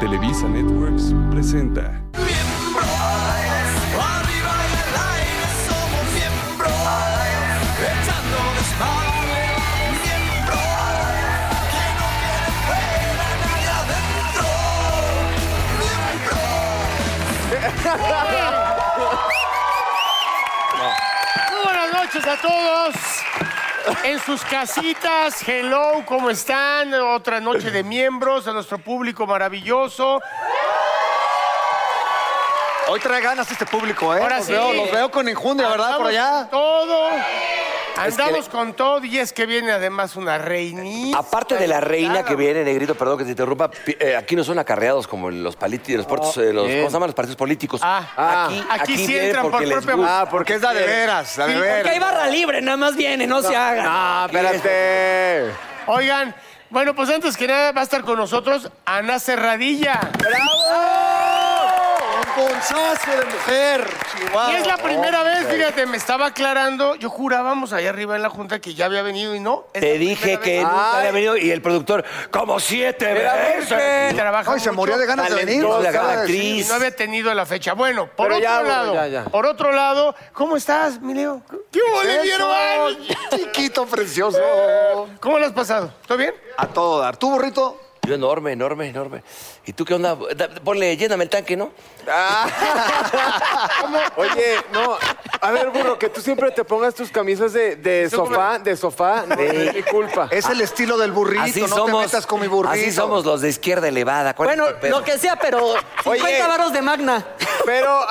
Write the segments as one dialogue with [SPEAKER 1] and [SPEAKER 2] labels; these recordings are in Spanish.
[SPEAKER 1] Televisa Networks presenta.
[SPEAKER 2] Miembros, arriba en el aire somos miembros, echando desmadre, miembros, que no quieren fuera ni adentro,
[SPEAKER 3] Muy buenas noches a todos. En sus casitas, hello, ¿cómo están? Otra noche de miembros, a nuestro público maravilloso.
[SPEAKER 4] Hoy trae ganas este público, ¿eh?
[SPEAKER 3] Ahora
[SPEAKER 4] los,
[SPEAKER 3] sí.
[SPEAKER 4] veo, los veo con enjundia, ¿verdad? Por
[SPEAKER 3] Andamos
[SPEAKER 4] allá.
[SPEAKER 3] con Todo.
[SPEAKER 4] que-
[SPEAKER 3] Andamos con todo y es que viene además una reinita.
[SPEAKER 4] Ah,
[SPEAKER 5] Aparte de la reina que viene, Negrito, perdón que te interrumpa, pi- eh, aquí no son acarreados como en los palitos y los puertos, eh, los, ¿cómo se llaman los partidos políticos?
[SPEAKER 3] Oh, Ah, aquí, sí entran por propia
[SPEAKER 4] Ah, porque es la de veras, la de
[SPEAKER 6] Porque hay
[SPEAKER 4] veras.
[SPEAKER 6] barra libre, nada más viene, no se haga.
[SPEAKER 4] Ah, espérate.
[SPEAKER 3] Oigan, bueno, pues antes que nada va a estar con nosotros Ana Cerradilla.
[SPEAKER 4] ¡Bravo! Un punzazo de mujer. Chihuahua.
[SPEAKER 3] Y es la primera vez, fíjate, me estaba aclarando. Yo jurábamos allá arriba en la junta que ya había venido y no. es
[SPEAKER 5] Te
[SPEAKER 3] la
[SPEAKER 5] dije
[SPEAKER 3] primera
[SPEAKER 5] que
[SPEAKER 3] vez. Ah,
[SPEAKER 5] nunca había venido y el productor, como siete veces.
[SPEAKER 3] Y trabaja
[SPEAKER 4] Ay, se
[SPEAKER 3] mucho.
[SPEAKER 4] murió de ganas de venir.
[SPEAKER 5] Talentosa,
[SPEAKER 4] ¿sabes?
[SPEAKER 5] gran actriz.
[SPEAKER 3] Y no había tenido la fecha. Bueno, por
[SPEAKER 4] Pero
[SPEAKER 3] otro
[SPEAKER 4] ya, bueno,
[SPEAKER 3] lado,
[SPEAKER 4] ya, ya.
[SPEAKER 3] por otro lado, ¿cómo estás, mi Leo? ¿Qué hubo,
[SPEAKER 4] Eso,
[SPEAKER 3] mi hermano?
[SPEAKER 4] Chiquito, precioso.
[SPEAKER 3] ¿Cómo lo has pasado? ¿Todo bien?
[SPEAKER 4] A todo dar. ¿Tú, burrito?
[SPEAKER 5] Yo enorme, enorme, enorme. ¿Y tú qué onda? Da- Ponle, lléname el tanque, ¿no?
[SPEAKER 7] Oye, no. A ver, burro, que tú siempre te pongas tus camisas de, de sofá, de sofá, no es mi culpa.
[SPEAKER 4] Es el estilo del burrito,
[SPEAKER 5] así
[SPEAKER 4] no te
[SPEAKER 5] somos.
[SPEAKER 4] metas con mi burrito.
[SPEAKER 5] Así somos los de izquierda elevada. ¿cuál es
[SPEAKER 6] Bueno,
[SPEAKER 5] tu pedo?
[SPEAKER 6] lo que sea, pero 50 varos de magna.
[SPEAKER 7] Pero.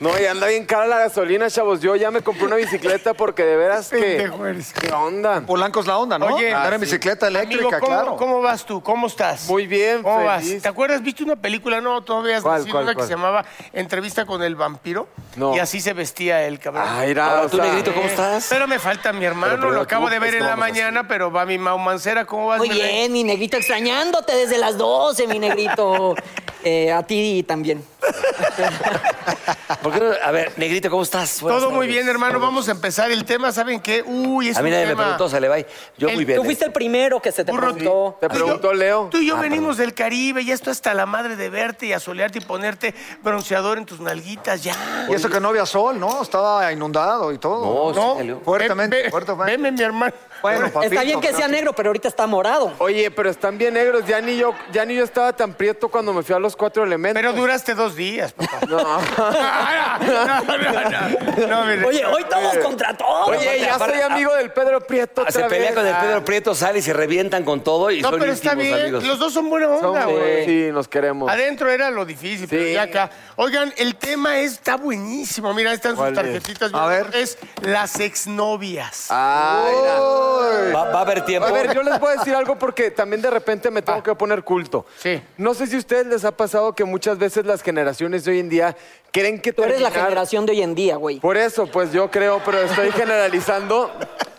[SPEAKER 7] No, ya anda bien cara la gasolina, chavos. Yo ya me compré una bicicleta porque de veras que.
[SPEAKER 3] Pendejo eres.
[SPEAKER 7] ¿Qué onda?
[SPEAKER 4] Polanco es la onda, ¿no?
[SPEAKER 3] Oye,
[SPEAKER 4] andar en
[SPEAKER 3] Ah, sí.
[SPEAKER 4] bicicleta eléctrica,
[SPEAKER 3] Amigo, ¿cómo,
[SPEAKER 4] claro.
[SPEAKER 3] ¿Cómo vas tú? ¿Cómo estás?
[SPEAKER 7] Muy bien,
[SPEAKER 3] ¿Cómo vas?
[SPEAKER 7] feliz.
[SPEAKER 3] ¿Te acuerdas? ¿Viste una película? No, todavía has
[SPEAKER 7] ¿Cuál,
[SPEAKER 3] nacido,
[SPEAKER 7] cuál,
[SPEAKER 3] una que
[SPEAKER 7] cuál?
[SPEAKER 3] se llamaba Entrevista con el vampiro.
[SPEAKER 7] No.
[SPEAKER 3] Y así se vestía el cabrón.
[SPEAKER 7] Ay, era,
[SPEAKER 5] Ahora
[SPEAKER 7] o
[SPEAKER 5] tú,
[SPEAKER 7] sea,
[SPEAKER 5] Negrito, ¿cómo
[SPEAKER 3] Eh,
[SPEAKER 5] estás?
[SPEAKER 3] Pero me falta mi hermano,
[SPEAKER 7] Pero, pero,
[SPEAKER 3] lo acabo
[SPEAKER 7] ¿cómo
[SPEAKER 3] de ver en la
[SPEAKER 7] estamos así?
[SPEAKER 3] mañana, pero va mi Mau Mancera, ¿cómo vas?
[SPEAKER 6] Muy
[SPEAKER 3] mi rey?
[SPEAKER 6] bien, mi negrito, extrañándote desde las 12, mi negrito. Eh, a ti también.
[SPEAKER 5] ¿Por qué no? A ver, Negrito, ¿cómo estás? Buenas
[SPEAKER 3] Todo muy
[SPEAKER 5] tardes.
[SPEAKER 3] bien, hermano. Vamos a empezar el tema. ¿Saben qué? Uy, es
[SPEAKER 5] A mí
[SPEAKER 3] un
[SPEAKER 5] nadie me
[SPEAKER 3] tema.
[SPEAKER 5] preguntó, se le va. Yo
[SPEAKER 3] El-
[SPEAKER 5] muy bien.
[SPEAKER 6] Tú
[SPEAKER 5] ¿eh?
[SPEAKER 6] fuiste el primero que se te
[SPEAKER 3] Burro,
[SPEAKER 6] preguntó.
[SPEAKER 7] Te
[SPEAKER 3] tú y yo-
[SPEAKER 7] preguntó Leo.
[SPEAKER 3] Tú y
[SPEAKER 5] Ah,
[SPEAKER 3] yo venimos del Caribe y esto hasta la madre de verte y asolearte y ponerte bronceador en tus nalguitas ya.
[SPEAKER 4] Y eso que no había sol, ¿no? Estaba inundado y
[SPEAKER 5] No,
[SPEAKER 4] todo.
[SPEAKER 3] No,
[SPEAKER 5] sí, Leo.
[SPEAKER 4] Fuertemente,
[SPEAKER 3] Ven- ven-
[SPEAKER 4] fuertemente.
[SPEAKER 3] Veme, mi hermano.
[SPEAKER 4] Bueno, papito,
[SPEAKER 6] Está bien que sea negro, pero ahorita está morado.
[SPEAKER 7] Oye, pero están bien negros. Ya ni yo, ya ni yo estaba tan prieto cuando me fui a los cuatro elementos.
[SPEAKER 3] Pero duraste dos días, papá. No, no, no, no. No, mire.
[SPEAKER 6] Oye, hoy todos contra todos.
[SPEAKER 7] Oye, ya soy amigo del Pedro Prieto.
[SPEAKER 5] Ah, Se
[SPEAKER 7] otra
[SPEAKER 5] pelea
[SPEAKER 7] vez.
[SPEAKER 5] con el Pedro Prieto, sale y se revientan con todo y
[SPEAKER 3] No,
[SPEAKER 5] son
[SPEAKER 3] pero está
[SPEAKER 5] íntimos
[SPEAKER 3] bien.
[SPEAKER 5] amigos.
[SPEAKER 3] Los dos son buena onda,
[SPEAKER 7] Son-
[SPEAKER 3] güey.
[SPEAKER 7] Sí, nos queremos.
[SPEAKER 3] Adentro era lo difícil, pero
[SPEAKER 7] Sí.
[SPEAKER 3] ya acá. Oigan, el tema está buenísimo. Mira, ahí están sus
[SPEAKER 7] ¿Cuál es?
[SPEAKER 3] tarjetitas.
[SPEAKER 4] A ver.
[SPEAKER 3] Es las exnovias.
[SPEAKER 5] Ah,
[SPEAKER 7] Ay, mira.
[SPEAKER 5] Oh. Va, va a haber tiempo.
[SPEAKER 7] A ver, yo les voy a decir algo porque también de repente me tengo que poner culto.
[SPEAKER 3] Sí.
[SPEAKER 7] No sé si a ustedes les ha pasado que muchas veces las generaciones de hoy en día creen que
[SPEAKER 6] Tú eres la
[SPEAKER 7] terminar-
[SPEAKER 6] generación de hoy en día, güey.
[SPEAKER 7] Por eso, pues yo creo, pero estoy generalizando.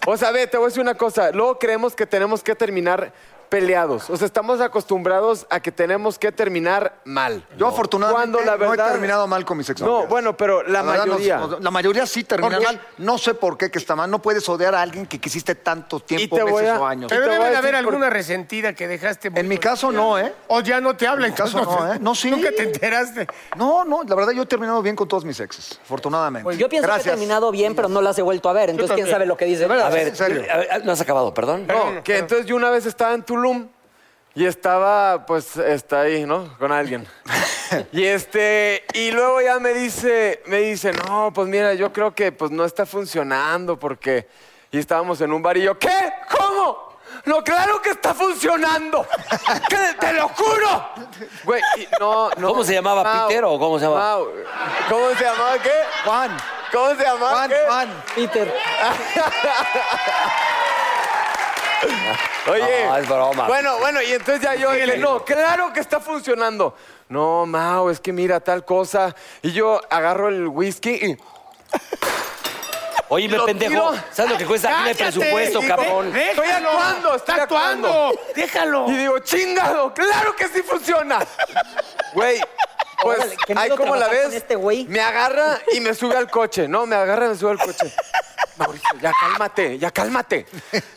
[SPEAKER 7] O sea, ve, te voy a decir una cosa. Luego creemos que tenemos que terminar peleados. O sea, estamos acostumbrados a que tenemos que terminar mal.
[SPEAKER 4] Yo afortunadamente
[SPEAKER 7] Cuando la
[SPEAKER 4] no
[SPEAKER 7] verdad-
[SPEAKER 4] he terminado mal con mis ex.
[SPEAKER 7] No, bueno, pero la,
[SPEAKER 4] verdad, nos-
[SPEAKER 7] mayoría.
[SPEAKER 4] nos- la mayoría sí termina
[SPEAKER 3] Porque-
[SPEAKER 4] mal. No sé por qué que está mal. No puedes odiar a alguien que quisiste tanto tiempo,
[SPEAKER 7] te voy
[SPEAKER 4] meses
[SPEAKER 7] a-
[SPEAKER 4] o años.
[SPEAKER 7] te
[SPEAKER 3] Pero
[SPEAKER 7] voy a
[SPEAKER 3] debe de haber
[SPEAKER 7] decir por-
[SPEAKER 3] alguna resentida que dejaste.
[SPEAKER 4] En mi caso no, ¿eh?
[SPEAKER 3] O ya no te habla. En
[SPEAKER 4] caso no, ¿eh? No, sí.
[SPEAKER 3] Nunca te enteraste.
[SPEAKER 4] No, no, la verdad yo he terminado bien con todos mis exes, afortunadamente.
[SPEAKER 6] Yo pienso que he
[SPEAKER 4] Pues, Gracias.
[SPEAKER 6] terminado bien, pero no las he vuelto a ver. Entonces, quién
[SPEAKER 3] también.
[SPEAKER 6] sabe lo que dice.
[SPEAKER 5] a
[SPEAKER 4] ¿en
[SPEAKER 5] ver,
[SPEAKER 4] serio?
[SPEAKER 5] a ver, no has acabado, perdón.
[SPEAKER 7] No, que entonces yo una vez estaba en Tulum Y estaba, pues, está ahí, ¿no? Con alguien. Y este, y luego ya me dice, me dice, no, pues mira, yo creo que pues no está funcionando porque. Y estábamos en un bar y yo, ¿qué? ¿Cómo? No, claro que está funcionando. ¡Que- ¡Te lo juro! Güey, y no, no.
[SPEAKER 5] ¿Cómo se llamaba,
[SPEAKER 7] Mau,
[SPEAKER 5] Peter, o cómo se llamaba?
[SPEAKER 7] Mau. ¿Cómo se llamaba qué?
[SPEAKER 8] Juan,
[SPEAKER 7] ¿Cómo se llamaba
[SPEAKER 8] Juan,
[SPEAKER 7] qué?
[SPEAKER 8] Juan.
[SPEAKER 6] Peter.
[SPEAKER 7] Oye.
[SPEAKER 5] No, es broma.
[SPEAKER 7] Bueno, bueno, y entonces ya yo dije, no, claro que está funcionando. No, Mau, es que mira tal cosa. Y yo agarro el whisky y.
[SPEAKER 5] Oye, me
[SPEAKER 7] lo
[SPEAKER 5] pendejo.
[SPEAKER 7] tiro.
[SPEAKER 5] ¿Sabes lo que cuesta aquí el
[SPEAKER 3] ¡Cállate!
[SPEAKER 5] presupuesto,
[SPEAKER 3] Hijo,
[SPEAKER 5] cabrón?
[SPEAKER 3] déjalo,
[SPEAKER 7] Estoy actuando, estoy
[SPEAKER 3] está
[SPEAKER 7] actuando.
[SPEAKER 3] actuando. Déjalo.
[SPEAKER 7] Y digo, chingado, claro que sí funciona. Güey, pues
[SPEAKER 6] Órale, qué miedo
[SPEAKER 7] ahí como la
[SPEAKER 6] trabajar
[SPEAKER 7] ves,
[SPEAKER 6] con este güey.
[SPEAKER 7] me agarra y me sube al coche. No, me agarra y me sube al coche. Mauricio, ya cálmate, ya cálmate.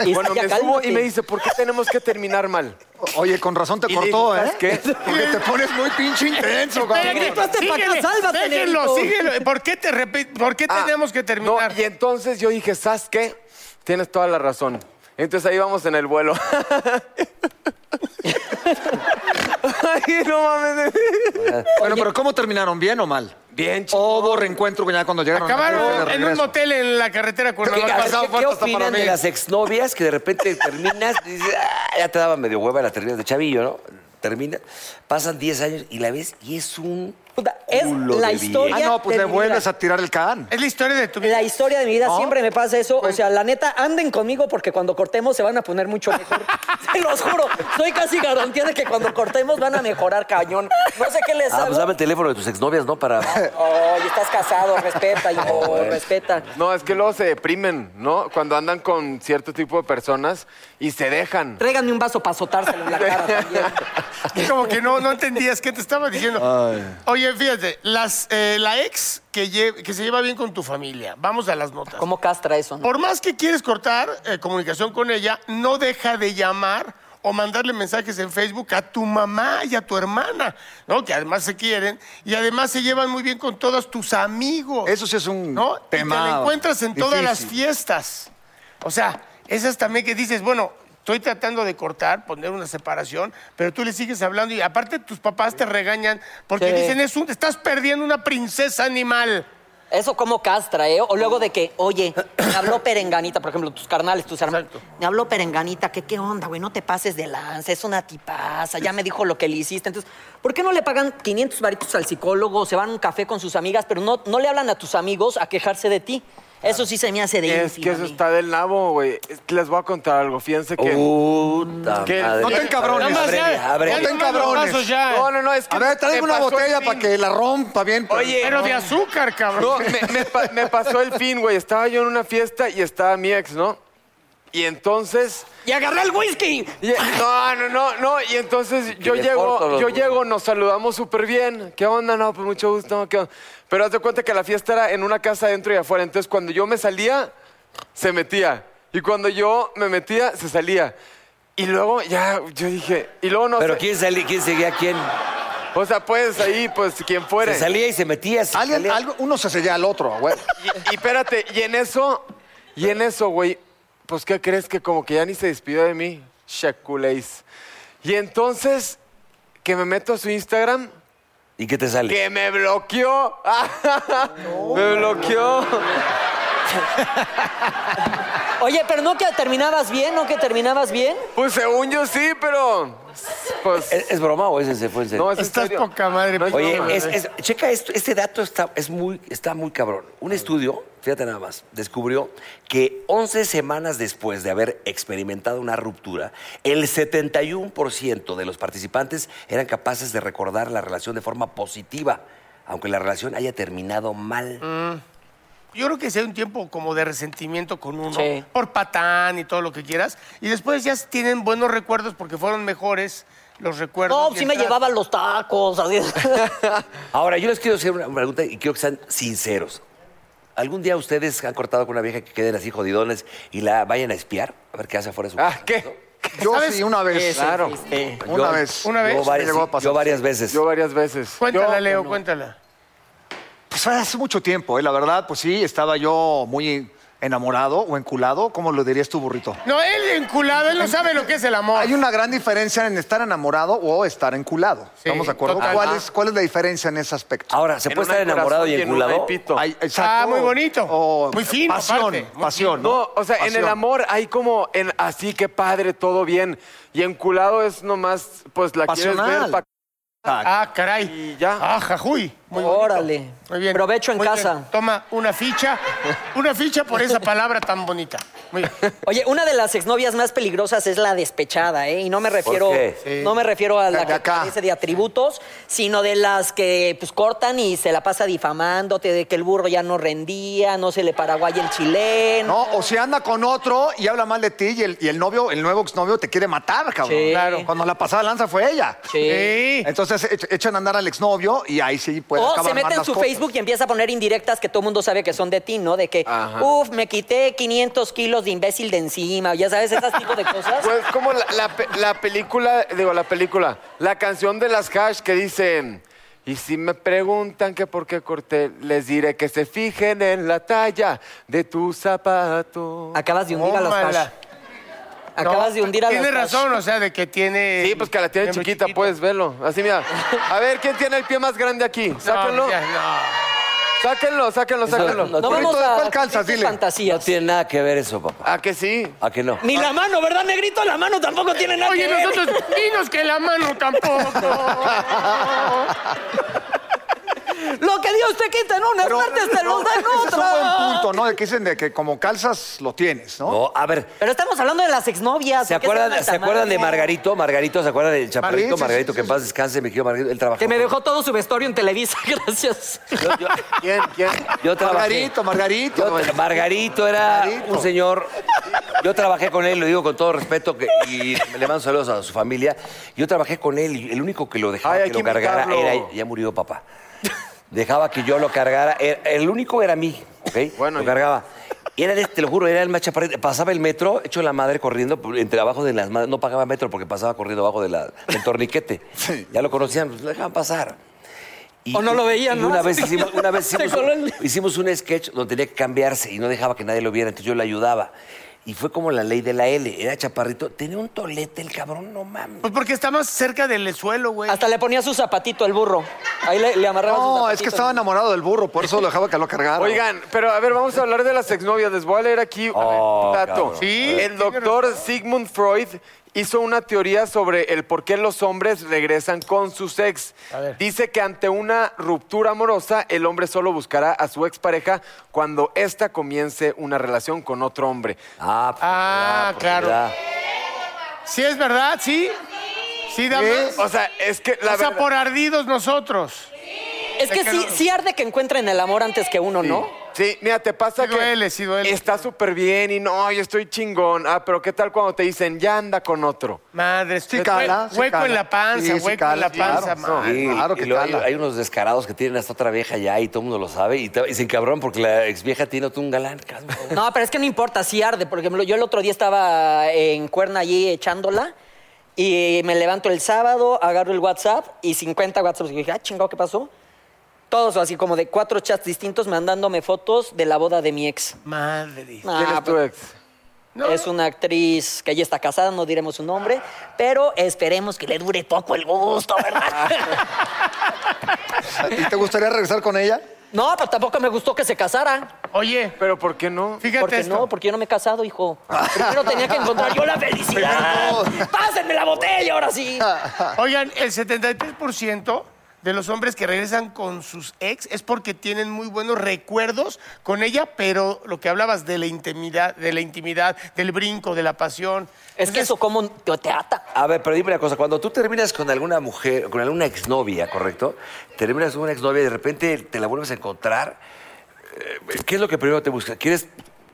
[SPEAKER 6] Y
[SPEAKER 7] bueno,
[SPEAKER 6] ya
[SPEAKER 7] me subo
[SPEAKER 6] cálmate.
[SPEAKER 7] y me dice, ¿por qué tenemos que terminar mal?
[SPEAKER 4] Oye, con razón te
[SPEAKER 7] Y
[SPEAKER 4] cortó,
[SPEAKER 7] digo,
[SPEAKER 4] ¿eh?
[SPEAKER 7] ¿sabes qué?
[SPEAKER 4] Porque te pones muy pinche intenso,
[SPEAKER 3] Déjalo,
[SPEAKER 4] cabrón.
[SPEAKER 6] gritaste pa' acá,
[SPEAKER 3] síguele,
[SPEAKER 6] sálvate,
[SPEAKER 3] Déjenlo,
[SPEAKER 6] negrito.
[SPEAKER 3] síguelo. ¿Por qué, te repi- ¿Por qué
[SPEAKER 7] Ah,
[SPEAKER 3] tenemos que terminar?
[SPEAKER 7] no, y entonces yo dije, ¿sabes qué? Tienes toda la razón. Entonces ahí vamos en el vuelo. Ay, no mames.
[SPEAKER 4] Bueno, pero ¿cómo terminaron? ¿Bien o mal?
[SPEAKER 7] Bien, chido.
[SPEAKER 4] ¿O hubo reencuentro ya cuando llegaron? a la casa de
[SPEAKER 3] Acabaron en un
[SPEAKER 4] regreso?
[SPEAKER 3] motel en la carretera
[SPEAKER 5] ¿Qué,
[SPEAKER 3] Cuernavaca.
[SPEAKER 4] cansado
[SPEAKER 5] qué- qué
[SPEAKER 4] falta hasta para
[SPEAKER 5] opinan de
[SPEAKER 4] mí.
[SPEAKER 5] las exnovias que de repente terminas y dices, "Ah, ya te daba medio hueva la terminas de chavillo, ¿no? Termina, pasan 10 años y la ves y es un
[SPEAKER 6] Puta, es
[SPEAKER 5] culo
[SPEAKER 6] la
[SPEAKER 5] de
[SPEAKER 6] historia.
[SPEAKER 5] vieja.
[SPEAKER 4] Ah, no, pues
[SPEAKER 6] de
[SPEAKER 4] le
[SPEAKER 6] mi
[SPEAKER 4] vuelves
[SPEAKER 6] vida.
[SPEAKER 4] a tirar el can.
[SPEAKER 3] Es la historia de tu vida.
[SPEAKER 6] La historia de mi vida siempre me pasa eso. O sea, la neta, anden conmigo porque cuando cortemos se van a poner mucho mejor. Se los juro. Soy casi garantía de que cuando cortemos van a mejorar cañón. No sé qué les
[SPEAKER 5] Ah,
[SPEAKER 6] hago.
[SPEAKER 5] pues dame el teléfono de tus exnovias, ¿no? Para...
[SPEAKER 6] Oye, estás casado, respeta, hijo,
[SPEAKER 5] bueno.
[SPEAKER 6] respeta.
[SPEAKER 7] No, es que luego se deprimen, ¿no? Cuando andan con cierto tipo de personas y se dejan.
[SPEAKER 6] Tráiganme un vaso para azotárselo en la cara también.
[SPEAKER 3] Como que no, no entendías qué te estaba diciendo. Oye, fíjate, las, eh, la ex que, lle- que se lleva bien con tu familia. Vamos a las notas.
[SPEAKER 6] ¿Cómo castra eso? no?
[SPEAKER 3] Por más que quieres cortar eh, comunicación con ella, no deja de llamar o mandarle mensajes en Facebook a tu mamá y a tu hermana, ¿no? Que además se quieren y además se llevan muy bien con todos tus amigos.
[SPEAKER 4] Eso sí es un
[SPEAKER 3] ¿no? Y te la
[SPEAKER 4] tema
[SPEAKER 3] encuentras en todas las
[SPEAKER 4] difícil.
[SPEAKER 3] fiestas. O sea, esas también que dices, bueno, estoy tratando de cortar, poner una separación, pero tú le sigues hablando y aparte tus papás te regañan porque
[SPEAKER 6] Sí.
[SPEAKER 3] dicen, es un, estás perdiendo una princesa animal.
[SPEAKER 6] Eso como castra, ¿eh? O luego de que, oye, me habló Perenganita, por ejemplo, tus carnales, tus hermanos. Me habló Perenganita, que qué onda, güey, no te pases de lanza, es una tipaza, ya me dijo lo que le hiciste. Entonces, ¿por qué no le pagan 500 varitos al psicólogo, se van a un café con sus amigas, pero no, no le hablan a tus amigos a quejarse de ti? Eso sí se me hace de
[SPEAKER 7] es
[SPEAKER 6] ínfima
[SPEAKER 7] que
[SPEAKER 6] a
[SPEAKER 7] eso
[SPEAKER 6] mí.
[SPEAKER 7] está del nabo, güey. Es- Les voy a contar algo. Fíjense que.
[SPEAKER 5] Oh. Puta
[SPEAKER 7] ¿Qué?
[SPEAKER 5] madre.
[SPEAKER 4] No te encabrones.
[SPEAKER 3] Nada más
[SPEAKER 5] Abre,
[SPEAKER 3] ya,
[SPEAKER 5] abre.
[SPEAKER 3] ya
[SPEAKER 4] No te
[SPEAKER 3] nomás los
[SPEAKER 4] encabrones.
[SPEAKER 3] vasos ya.
[SPEAKER 7] No, no, no, es que.
[SPEAKER 4] A ver, tráeme
[SPEAKER 7] me
[SPEAKER 4] una
[SPEAKER 7] pasó el
[SPEAKER 4] botella
[SPEAKER 7] fin.
[SPEAKER 4] para que la rompa bien.
[SPEAKER 7] Oye,
[SPEAKER 3] Pero de azúcar, cabrón.
[SPEAKER 7] No, me, me pa- me pasó el fin, güey. Estaba yo en una fiesta y estaba mi ex, ¿no? Y entonces.
[SPEAKER 6] Y agarré el whisky.
[SPEAKER 7] y- no, no, no, no. Y entonces yo
[SPEAKER 5] le corto
[SPEAKER 7] llego,
[SPEAKER 5] los
[SPEAKER 7] yo
[SPEAKER 5] huevos.
[SPEAKER 7] llego, nos saludamos súper bien. ¿Qué onda? No, pues mucho gusto. ¿qué onda? Pero haz de cuenta que la fiesta era en una casa adentro y afuera. Entonces cuando yo me salía, se metía. Y cuando yo me metía, se salía. Y luego ya, yo dije. Y luego no
[SPEAKER 5] Pero
[SPEAKER 7] sé-
[SPEAKER 5] ¿quién, salía, quién seguía a quién?
[SPEAKER 7] O sea, pues ahí, pues quien fuere.
[SPEAKER 5] Se salía y se metía. se
[SPEAKER 4] Alguien,
[SPEAKER 5] salía.
[SPEAKER 4] algo, uno se sella al otro, güey.
[SPEAKER 7] Y, y espérate, y en eso, y en eso, güey, pues ¿qué crees que como que ya ni se despidió de mí? Shakuleis. Y entonces, que me meto a su Instagram,
[SPEAKER 5] ¿Y qué te sale?
[SPEAKER 7] que me bloqueó. me bloqueó.
[SPEAKER 6] Oye, pero no que terminabas bien, no que terminabas bien.
[SPEAKER 7] Pues según yo sí, pero. Pues.
[SPEAKER 5] ¿Es, es broma o ese se fue en serio?
[SPEAKER 7] No, es en
[SPEAKER 3] Estás
[SPEAKER 7] serio.
[SPEAKER 3] poca madre.
[SPEAKER 7] No,
[SPEAKER 3] Oye,
[SPEAKER 5] Oye, es- es- checa esto, este dato está, es muy, está muy cabrón. Un estudio, fíjate nada más, descubrió que 11 semanas después de haber experimentado una ruptura, el 71% de los participantes eran capaces de recordar la relación de forma positiva, aunque la relación haya terminado mal.
[SPEAKER 3] Yo creo que sea un tiempo como de resentimiento con uno,
[SPEAKER 6] Sí.
[SPEAKER 3] por patán y todo lo que quieras. Y después ya tienen buenos recuerdos porque fueron mejores los recuerdos.
[SPEAKER 6] No,
[SPEAKER 3] y
[SPEAKER 6] sí
[SPEAKER 3] el
[SPEAKER 6] me
[SPEAKER 3] trato.
[SPEAKER 6] llevaban los tacos. así.
[SPEAKER 5] Ahora, yo les quiero hacer una pregunta y quiero que sean sinceros. ¿Algún día ustedes han cortado con una vieja que queden así jodidones y la vayan a espiar? A ver qué hace afuera de su
[SPEAKER 7] Ah,
[SPEAKER 5] casa, ¿no?
[SPEAKER 7] ¿qué?
[SPEAKER 4] Yo
[SPEAKER 3] ¿Sabes?
[SPEAKER 4] sí, una vez.
[SPEAKER 7] Claro.
[SPEAKER 4] Una
[SPEAKER 5] Yo-
[SPEAKER 4] vez.
[SPEAKER 3] Una vez.
[SPEAKER 5] Yo varias,
[SPEAKER 4] Me llegó a pasar,
[SPEAKER 5] yo varias veces.
[SPEAKER 7] Yo varias veces.
[SPEAKER 3] Cuéntala,
[SPEAKER 7] Yo-
[SPEAKER 3] Leo, cuéntala.
[SPEAKER 4] Pues fue hace mucho tiempo, eh, la verdad, pues sí, estaba yo muy ¿Enamorado o enculado? ¿Cómo lo dirías tú, burrito?
[SPEAKER 3] No, él enculado, él no sabe lo que es el amor.
[SPEAKER 4] Hay una gran diferencia en estar enamorado o estar enculado. ¿Estamos de acuerdo?
[SPEAKER 3] total.
[SPEAKER 4] ¿Cuál es, ¿Cuál es la diferencia en ese aspecto?
[SPEAKER 5] Ahora, ¿se
[SPEAKER 7] En
[SPEAKER 5] puede
[SPEAKER 7] una
[SPEAKER 5] estar
[SPEAKER 7] hay
[SPEAKER 5] enamorado
[SPEAKER 7] corazón
[SPEAKER 5] y
[SPEAKER 7] en una hay
[SPEAKER 5] enculado?
[SPEAKER 7] pito.
[SPEAKER 4] Ay, exacto.
[SPEAKER 3] Ah, muy bonito.
[SPEAKER 4] O
[SPEAKER 3] Muy fino,
[SPEAKER 4] Pasión,
[SPEAKER 3] aparte. Muy
[SPEAKER 4] pasión.
[SPEAKER 7] No, o sea, en
[SPEAKER 4] Pasión.
[SPEAKER 7] el amor hay como en así que padre, todo bien. Y enculado es nomás, pues la quieres
[SPEAKER 4] Pasional.
[SPEAKER 7] ver pa-
[SPEAKER 3] Ah, caray.
[SPEAKER 7] y ya. Oh.
[SPEAKER 3] Ah, jajuy. Muy bonito.
[SPEAKER 6] Órale.
[SPEAKER 3] Muy bien.
[SPEAKER 6] Provecho en
[SPEAKER 3] Muy
[SPEAKER 6] casa.
[SPEAKER 3] bien. Toma una ficha. Una ficha por esa palabra tan bonita. Muy bien.
[SPEAKER 6] Oye, una de las exnovias más peligrosas es la despechada, ¿eh? Y no me refiero,
[SPEAKER 5] qué?
[SPEAKER 6] no me refiero a la
[SPEAKER 4] De
[SPEAKER 6] que
[SPEAKER 4] acá.
[SPEAKER 6] carece de atributos, sino de las que pues cortan y se la pasa difamándote de que el burro ya no rendía, no se le paraguaya el chileno.
[SPEAKER 4] No, o si anda con otro y habla mal de ti y el, y el novio, el nuevo exnovio te quiere matar, cabrón.
[SPEAKER 6] Sí. Claro.
[SPEAKER 4] Cuando la pasada lanza fue ella.
[SPEAKER 3] Sí.
[SPEAKER 4] Entonces ech- echan a andar al exnovio y ahí sí
[SPEAKER 3] pues,
[SPEAKER 4] puede
[SPEAKER 6] O
[SPEAKER 4] acabar
[SPEAKER 6] se mete
[SPEAKER 4] mal
[SPEAKER 6] en
[SPEAKER 4] las
[SPEAKER 6] su
[SPEAKER 4] cosas.
[SPEAKER 6] Facebook y empieza a poner indirectas que todo el mundo sabe que son de ti, ¿no? De que,
[SPEAKER 7] Ajá.
[SPEAKER 6] uff, me quité 500 kilos de imbécil de encima, ya sabes, esas tipo de cosas.
[SPEAKER 7] Pues como la, la pe- la película, digo, la película, la canción de las hash que dicen, y si me preguntan que por qué corté, les diré que se fijen en la talla de tu zapato.
[SPEAKER 6] Acabas de hundir a los
[SPEAKER 3] Tómala.
[SPEAKER 6] hash. Acabas
[SPEAKER 3] No,
[SPEAKER 6] de hundir a los
[SPEAKER 3] Tiene
[SPEAKER 6] hash.
[SPEAKER 3] razón, o sea, de que tiene.
[SPEAKER 7] Sí, pues que la tiene
[SPEAKER 3] Siempre
[SPEAKER 7] chiquita,
[SPEAKER 3] chiquito.
[SPEAKER 7] pues, velo. Así, mira. A ver, ¿quién tiene el pie más grande aquí?
[SPEAKER 3] No,
[SPEAKER 7] Sáquenlo,
[SPEAKER 3] ya, no.
[SPEAKER 7] sáquenlo, sáquenlo, sáquenlo.
[SPEAKER 5] no
[SPEAKER 6] No vamos
[SPEAKER 4] Burrito, ¿de
[SPEAKER 6] a
[SPEAKER 4] cuál calzas?
[SPEAKER 6] tus
[SPEAKER 4] Dile.
[SPEAKER 5] No
[SPEAKER 6] fantasías.
[SPEAKER 5] tiene nada que ver eso, papá.
[SPEAKER 7] ¿A que sí?
[SPEAKER 5] ¿A que no?
[SPEAKER 6] Ni
[SPEAKER 4] Ah.
[SPEAKER 6] la mano, ¿verdad, negrito? La mano
[SPEAKER 4] Eh,
[SPEAKER 6] tampoco tiene nada
[SPEAKER 3] Oye,
[SPEAKER 6] que ver.
[SPEAKER 3] nosotros, dinos que la mano tampoco.
[SPEAKER 6] Lo que Dios te quita en unas
[SPEAKER 4] Pero-
[SPEAKER 6] partes te lo da en
[SPEAKER 4] ese es un
[SPEAKER 6] otras.
[SPEAKER 4] buen punto, ¿no? De que dicen de que como calzas lo tienes, ¿no?
[SPEAKER 5] No, a ver,
[SPEAKER 6] Pero estamos hablando de las exnovias.
[SPEAKER 5] ¿Se
[SPEAKER 6] ¿por qué se
[SPEAKER 5] acuerdan,
[SPEAKER 6] llaman
[SPEAKER 5] ¿Se acuerdan de
[SPEAKER 6] Tamara?
[SPEAKER 5] Margarito? Margarito, ¿se acuerdan del
[SPEAKER 4] Margarito,
[SPEAKER 5] chaparrito?
[SPEAKER 4] sí,
[SPEAKER 5] Margarito,
[SPEAKER 4] sí,
[SPEAKER 5] que
[SPEAKER 4] sí,
[SPEAKER 5] en paz descanse, mi querido Margarito. Él trabajó.
[SPEAKER 6] Que me dejó todo su vesturio en Televisa, gracias.
[SPEAKER 5] Yo, yo-
[SPEAKER 7] ¿Quién? ¿Quién?
[SPEAKER 5] yo trabajé.
[SPEAKER 4] Margarito, Margarito.
[SPEAKER 5] Yo tra- Margarito era
[SPEAKER 4] Margarito.
[SPEAKER 5] un señor. Yo trabajé con él, lo digo con todo respeto, que- y le mando saludos a su familia. Yo trabajé con él y el único que lo dejaba
[SPEAKER 7] Ay, hay
[SPEAKER 5] que
[SPEAKER 7] que
[SPEAKER 5] lo cargara
[SPEAKER 7] imitarlo.
[SPEAKER 5] era. Ya murió papá. Dejaba que yo lo cargara. era- el único era mí, ¿ok?
[SPEAKER 7] Bueno,
[SPEAKER 5] lo
[SPEAKER 7] y-
[SPEAKER 5] cargaba. Y Era de- este, te lo juro, era el más chaparrito. Pasaba el metro, hecho la madre corriendo, entre abajo de las madres. No pagaba metro porque pasaba corriendo abajo de la- del torniquete. Ya lo conocían, pues, lo dejaban pasar. Y-
[SPEAKER 6] O no lo veían,
[SPEAKER 5] y
[SPEAKER 6] ¿no?
[SPEAKER 5] Una vez hicimos, una vez
[SPEAKER 6] Se
[SPEAKER 5] hicimos,
[SPEAKER 6] coló el-
[SPEAKER 5] hicimos un sketch donde tenía que cambiarse y no dejaba que nadie lo viera, entonces yo le ayudaba. Y fue como la ley de la L. Era chaparrito, tenía un tolete el cabrón, no mames.
[SPEAKER 3] Pues porque está más cerca del suelo, güey.
[SPEAKER 6] Hasta le ponía su zapatito al burro. Ahí le, le amarraba su
[SPEAKER 4] No,
[SPEAKER 6] zapatito.
[SPEAKER 4] es que estaba enamorado del burro, por eso lo dejaba que lo
[SPEAKER 5] Ah,
[SPEAKER 4] cargara.
[SPEAKER 7] Oigan, pero a ver, vamos a hablar de las exnovias. Les voy a leer aquí
[SPEAKER 5] Oh,
[SPEAKER 7] un dato.
[SPEAKER 5] cabrón.
[SPEAKER 3] Sí,
[SPEAKER 7] El doctor Sigmund Freud hizo una teoría sobre el por qué los hombres regresan con sus ex. Dice que ante una ruptura amorosa, el hombre solo buscará a su expareja cuando ésta comience una relación con otro hombre.
[SPEAKER 5] Ah, pues,
[SPEAKER 3] Ah,
[SPEAKER 5] ya,
[SPEAKER 3] claro.
[SPEAKER 5] ya.
[SPEAKER 3] Sí, es verdad, sí. Sí, dame.
[SPEAKER 7] O sea, es que la
[SPEAKER 3] o sea,
[SPEAKER 7] verdad-
[SPEAKER 3] por ardidos nosotros.
[SPEAKER 6] Es que sí, sí arde que encuentren el amor antes que uno, ¿no?
[SPEAKER 7] Sí, mira, te pasa
[SPEAKER 3] Sí
[SPEAKER 7] que
[SPEAKER 3] duele, sí duele.
[SPEAKER 7] está súper bien y no, yo estoy chingón. Ah, pero ¿qué tal cuando te dicen, ya anda con otro?
[SPEAKER 3] Madre,
[SPEAKER 4] Sí
[SPEAKER 3] hue-
[SPEAKER 4] cala, sí
[SPEAKER 3] hueco en
[SPEAKER 4] cala.
[SPEAKER 3] la panza,
[SPEAKER 4] Sí, sí
[SPEAKER 3] hueco en
[SPEAKER 4] cala,
[SPEAKER 3] la panza,
[SPEAKER 4] claro.
[SPEAKER 3] madre.
[SPEAKER 5] Sí,
[SPEAKER 4] claro que
[SPEAKER 5] y luego hay,
[SPEAKER 4] cala.
[SPEAKER 5] hay unos descarados que tienen hasta otra vieja ya y todo el mundo lo sabe. Y, te- y se encabrón porque la ex vieja tiene otro un galán. cabrón.
[SPEAKER 6] No, pero es que no importa, sí arde. Por ejemplo, yo el otro día estaba en cuerna allí echándola y me levanto el sábado, agarro el WhatsApp y 50 WhatsApps. Y dije, ah, chingado, ¿qué pasó? Todos así como de cuatro chats distintos mandándome fotos de la boda de mi ex.
[SPEAKER 3] Madre.
[SPEAKER 6] No,
[SPEAKER 5] Ah,
[SPEAKER 7] ¿Quién es tu
[SPEAKER 6] pues,
[SPEAKER 7] ex?
[SPEAKER 6] Es una actriz que ya está casada, no diremos su nombre, pero esperemos que le dure poco el gusto, ¿verdad?
[SPEAKER 4] ¿Y te gustaría regresar con ella?
[SPEAKER 6] no, pues tampoco me gustó que se casara.
[SPEAKER 3] Oye,
[SPEAKER 7] Pero ¿por qué no?
[SPEAKER 3] fíjate
[SPEAKER 6] Porque
[SPEAKER 3] esto.
[SPEAKER 6] no, porque yo no me he casado, hijo. Primero tenía que encontrar yo la felicidad. Pásenme la botella ahora sí.
[SPEAKER 3] Oigan, el 73% de los hombres que regresan con sus ex es porque tienen muy buenos recuerdos con ella, pero lo que hablabas de la intimidad, de la intimidad, del brinco, de la pasión.
[SPEAKER 6] Es que eso como te te ata.
[SPEAKER 5] A ver, pero dime una cosa, cuando tú terminas con alguna mujer, con alguna exnovia, ¿correcto? Terminas con una exnovia y de repente te la vuelves a encontrar. eh, ¿Qué es lo que primero te busca? ¿Quieres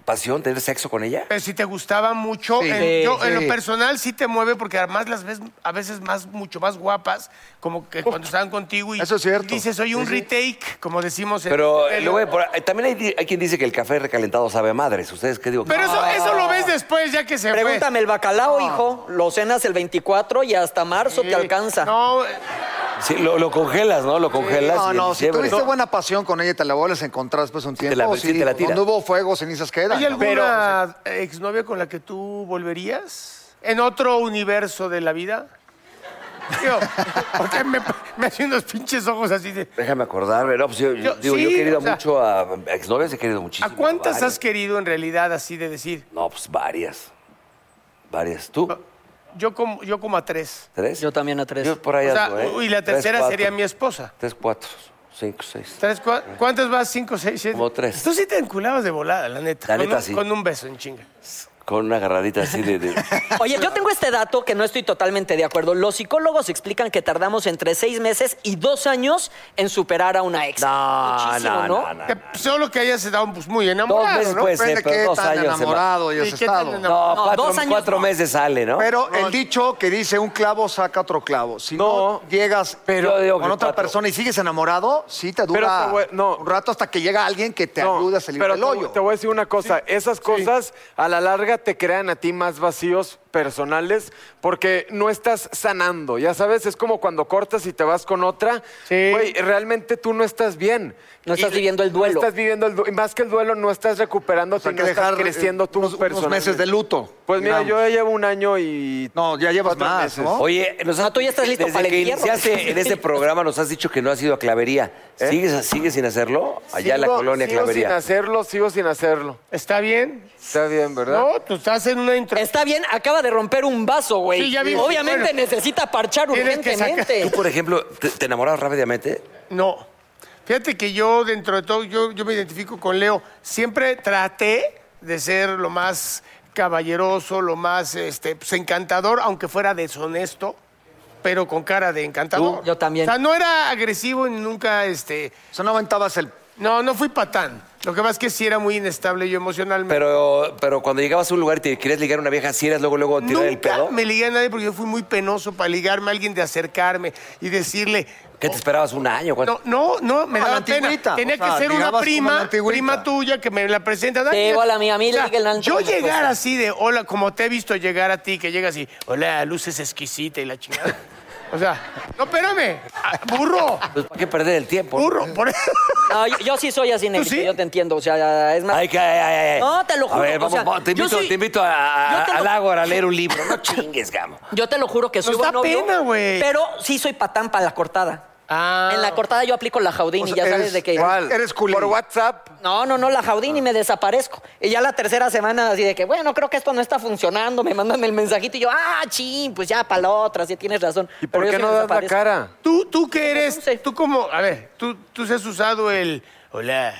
[SPEAKER 5] pasión, tener sexo con ella?
[SPEAKER 3] Pero si te gustaba mucho,
[SPEAKER 4] Sí.
[SPEAKER 3] en,
[SPEAKER 4] Sí,
[SPEAKER 3] yo en
[SPEAKER 4] sí.
[SPEAKER 3] lo personal sí te mueve porque además las ves a veces más mucho más guapas, como que cuando estaban contigo y
[SPEAKER 4] Eso es cierto.
[SPEAKER 3] dices, soy un retake, como decimos en
[SPEAKER 5] Pero eh,
[SPEAKER 3] en-
[SPEAKER 5] luego, eh, por- eh, también hay, di- hay quien dice que el café recalentado sabe a madres. ¿Ustedes qué digo?
[SPEAKER 3] Pero eso, eso lo ves después ya que se fue.
[SPEAKER 6] Pregúntame el bacalao, hijo. Lo cenas el 24 y hasta marzo te
[SPEAKER 3] Sí.
[SPEAKER 6] alcanza.
[SPEAKER 3] No, eh,
[SPEAKER 5] Sí, lo, lo congelas, ¿no? Lo congelas.
[SPEAKER 4] No,
[SPEAKER 5] y en
[SPEAKER 4] no, si
[SPEAKER 5] diciembre-
[SPEAKER 4] tuviste buena pasión con ella y te la vuelves a encontrar después de un tiempo.
[SPEAKER 5] la- sí, te la tira.
[SPEAKER 4] Cuando hubo fuego, cenizas quedan.
[SPEAKER 3] ¿Hay
[SPEAKER 4] ¿no?
[SPEAKER 3] alguna exnovia con la que tú volverías? ¿En otro universo de la vida? Digo, porque me, me hacen unos pinches ojos así de...
[SPEAKER 5] Déjame acordarme, no, pues yo,
[SPEAKER 3] Yo-
[SPEAKER 5] digo, yo he
[SPEAKER 3] sí,
[SPEAKER 5] querido
[SPEAKER 3] o sea-
[SPEAKER 5] mucho a, a exnovias, he querido muchísimo.
[SPEAKER 3] ¿A cuántas
[SPEAKER 5] varias.
[SPEAKER 3] has querido en realidad así de decir?
[SPEAKER 5] No, pues varias. Varias. ¿Tú?
[SPEAKER 3] Yo como, yo como a tres.
[SPEAKER 5] ¿Tres?
[SPEAKER 6] Yo también a tres.
[SPEAKER 5] Yo por ahí
[SPEAKER 3] O sea,
[SPEAKER 5] ando, ¿eh?
[SPEAKER 3] y la
[SPEAKER 5] Tres,
[SPEAKER 3] tercera
[SPEAKER 5] cuatro.
[SPEAKER 3] sería mi esposa.
[SPEAKER 5] Tres, cuatro, cinco, seis.
[SPEAKER 3] ¿Tres, cua- ¿Cuántas vas? ¿Cinco, seis, siete?
[SPEAKER 5] Como tres.
[SPEAKER 3] Tú sí te enculabas de volada, la neta.
[SPEAKER 5] La
[SPEAKER 3] con
[SPEAKER 5] neta,
[SPEAKER 3] un-
[SPEAKER 5] sí.
[SPEAKER 3] Con un beso en chinga.
[SPEAKER 5] Con una agarradita así de... de-
[SPEAKER 6] Oye, yo tengo este dato que no estoy totalmente de acuerdo. Los psicólogos explican que tardamos entre seis meses y dos años en superar a una ex.
[SPEAKER 5] No,
[SPEAKER 6] Muchísimo,
[SPEAKER 5] no, no, no.
[SPEAKER 3] Que Solo que hayas estado pues, muy
[SPEAKER 5] Dos
[SPEAKER 3] enamorado,
[SPEAKER 5] meses
[SPEAKER 3] ¿no?
[SPEAKER 5] puede ser,
[SPEAKER 4] Depende
[SPEAKER 5] pero
[SPEAKER 4] qué
[SPEAKER 5] dos
[SPEAKER 4] tan
[SPEAKER 5] años. se va.
[SPEAKER 4] enamorado y
[SPEAKER 3] ¿Y
[SPEAKER 4] has
[SPEAKER 3] qué tan
[SPEAKER 4] estado.
[SPEAKER 3] enamorado?
[SPEAKER 5] No,
[SPEAKER 6] No,
[SPEAKER 5] cuatro,
[SPEAKER 6] dos años
[SPEAKER 5] cuatro
[SPEAKER 6] no.
[SPEAKER 5] meses sale, ¿no?
[SPEAKER 4] Pero el dicho que dice un clavo saca otro clavo. Si no,
[SPEAKER 7] No,
[SPEAKER 4] llegas
[SPEAKER 7] pero-
[SPEAKER 4] con
[SPEAKER 7] Yo digo que
[SPEAKER 4] otra
[SPEAKER 7] cuatro.
[SPEAKER 4] persona y sigues enamorado, sí te
[SPEAKER 7] Pero
[SPEAKER 4] dura
[SPEAKER 7] te voy- no.
[SPEAKER 4] un rato hasta que llega alguien que te
[SPEAKER 7] No,
[SPEAKER 4] ayude a salir
[SPEAKER 7] pero
[SPEAKER 4] del
[SPEAKER 7] te-
[SPEAKER 4] hoyo.
[SPEAKER 7] Te voy a decir una cosa, esas cosas a la larga te crean a ti más vacíos personales porque no estás sanando, ya sabes, es como cuando cortas y te vas con otra,
[SPEAKER 3] Sí.
[SPEAKER 7] güey, realmente tú no estás bien.
[SPEAKER 6] No estás
[SPEAKER 7] Y-
[SPEAKER 6] viviendo el
[SPEAKER 7] No
[SPEAKER 6] duelo.
[SPEAKER 7] estás viviendo el duelo, más que el duelo no estás recuperando,
[SPEAKER 4] O sea, hay que
[SPEAKER 7] no estás
[SPEAKER 4] dejar, eh,
[SPEAKER 7] creciendo tú
[SPEAKER 4] unos- unos
[SPEAKER 7] personalmente.
[SPEAKER 4] meses de luto,
[SPEAKER 7] Pues mira,
[SPEAKER 4] digamos.
[SPEAKER 7] yo ya llevo un año y...
[SPEAKER 4] No, ya llevas
[SPEAKER 7] Cuatro
[SPEAKER 4] más,
[SPEAKER 7] meses.
[SPEAKER 4] ¿no?
[SPEAKER 5] Oye, nos has-
[SPEAKER 6] No, Oh. Ah, tú ya estás listo
[SPEAKER 5] desde
[SPEAKER 6] para el
[SPEAKER 5] que
[SPEAKER 6] entierro.
[SPEAKER 5] iniciaste en este programa nos has dicho que no has ido a clavería.
[SPEAKER 6] ¿Eh?
[SPEAKER 5] ¿Sigues, ¿Sigues sin hacerlo? Allá en la
[SPEAKER 7] Sigo-
[SPEAKER 5] colonia
[SPEAKER 7] sigo sin
[SPEAKER 5] clavería.
[SPEAKER 7] hacerlo, sigo sin hacerlo.
[SPEAKER 3] ¿Está bien?
[SPEAKER 7] Está bien, ¿verdad?
[SPEAKER 3] No, tú estás en una intro.
[SPEAKER 6] Está bien, acaba de romper un vaso, güey.
[SPEAKER 3] Sí, ya vi.
[SPEAKER 6] Obviamente
[SPEAKER 3] Bueno.
[SPEAKER 6] necesita parchar
[SPEAKER 3] Tienes que
[SPEAKER 6] urgentemente.
[SPEAKER 5] ¿Tú, por ejemplo, te, te enamorabas rápidamente?
[SPEAKER 3] No. Fíjate que yo, dentro de todo, yo, yo me identifico con Leo. Siempre traté de ser lo más caballeroso, lo más este, pues, encantador, aunque fuera deshonesto, pero con cara de encantador.
[SPEAKER 6] Tú, yo también.
[SPEAKER 3] O sea, no era agresivo ni nunca, este...
[SPEAKER 4] O sea, no aventabas el...
[SPEAKER 3] No, no fui patán. Lo que pasa es que sí era muy inestable yo emocionalmente.
[SPEAKER 5] Pero, pero cuando llegabas a un lugar y te querías ligar a una vieja, si eras luego, luego tirar el
[SPEAKER 3] Nunca
[SPEAKER 5] pedo.
[SPEAKER 3] me ligué a nadie porque yo fui muy penoso para ligarme a alguien, de acercarme y decirle...
[SPEAKER 5] ¿Qué te esperabas? ¿Un año? ¿Cuánto?
[SPEAKER 3] No, no, no, me
[SPEAKER 4] No, a
[SPEAKER 3] daba
[SPEAKER 4] la
[SPEAKER 3] pena.
[SPEAKER 4] antigüita,
[SPEAKER 3] Tenía
[SPEAKER 4] o sea,
[SPEAKER 3] que ser una
[SPEAKER 4] llegabas como la
[SPEAKER 3] prima,
[SPEAKER 4] antigüita.
[SPEAKER 3] prima tuya que me la presenta.
[SPEAKER 6] Sí,
[SPEAKER 3] Ay,
[SPEAKER 6] hola, mi amiga, le diga el
[SPEAKER 3] Yo
[SPEAKER 6] nombre,
[SPEAKER 3] llegar
[SPEAKER 6] cosa.
[SPEAKER 3] así de hola, como te he visto llegar a ti, que llegas así, hola, luces exquisita y la chingada. O sea, no, espérame, ah, burro,
[SPEAKER 5] Pues, ¿Para qué perder el tiempo?
[SPEAKER 3] burro. Por eso.
[SPEAKER 6] No, yo, yo sí soy así, negrito,
[SPEAKER 3] sí?
[SPEAKER 6] yo te entiendo. O sea, es más...
[SPEAKER 5] Ay, que, ay, ay, ay.
[SPEAKER 6] No, te lo juro,
[SPEAKER 5] A ver,
[SPEAKER 6] o
[SPEAKER 5] vamos,
[SPEAKER 6] sea,
[SPEAKER 5] vamos, te,
[SPEAKER 6] yo
[SPEAKER 5] invito,
[SPEAKER 6] soy-
[SPEAKER 5] te invito a,
[SPEAKER 6] yo te lo-
[SPEAKER 5] al Ágora a leer un libro. No chingues, gamo.
[SPEAKER 6] Yo te lo juro que soy
[SPEAKER 3] da
[SPEAKER 6] buen novio,
[SPEAKER 3] pena, güey.
[SPEAKER 6] Pero sí soy patán para la cortada.
[SPEAKER 3] Ah.
[SPEAKER 6] En la cortada yo aplico la jaudini,
[SPEAKER 4] O sea,
[SPEAKER 6] ya sabes
[SPEAKER 4] eres-
[SPEAKER 6] de qué.
[SPEAKER 4] ¿Cuál? Eres culín.
[SPEAKER 7] Por WhatsApp.
[SPEAKER 6] No, no, no, la jaudini me desaparezco. Y ya la tercera semana así de que, bueno, creo que esto no está funcionando, me mandan el mensajito y yo, ah, chin, pues ya para la otra, sí tienes razón.
[SPEAKER 7] ¿Y por
[SPEAKER 6] Pero yo
[SPEAKER 7] qué
[SPEAKER 6] sí
[SPEAKER 7] no
[SPEAKER 6] me
[SPEAKER 7] das la
[SPEAKER 6] desaparezco.
[SPEAKER 7] cara?
[SPEAKER 3] Tú, tú que eres,
[SPEAKER 6] No sé.
[SPEAKER 3] tú como, a ver, tú, tú se has usado el hola.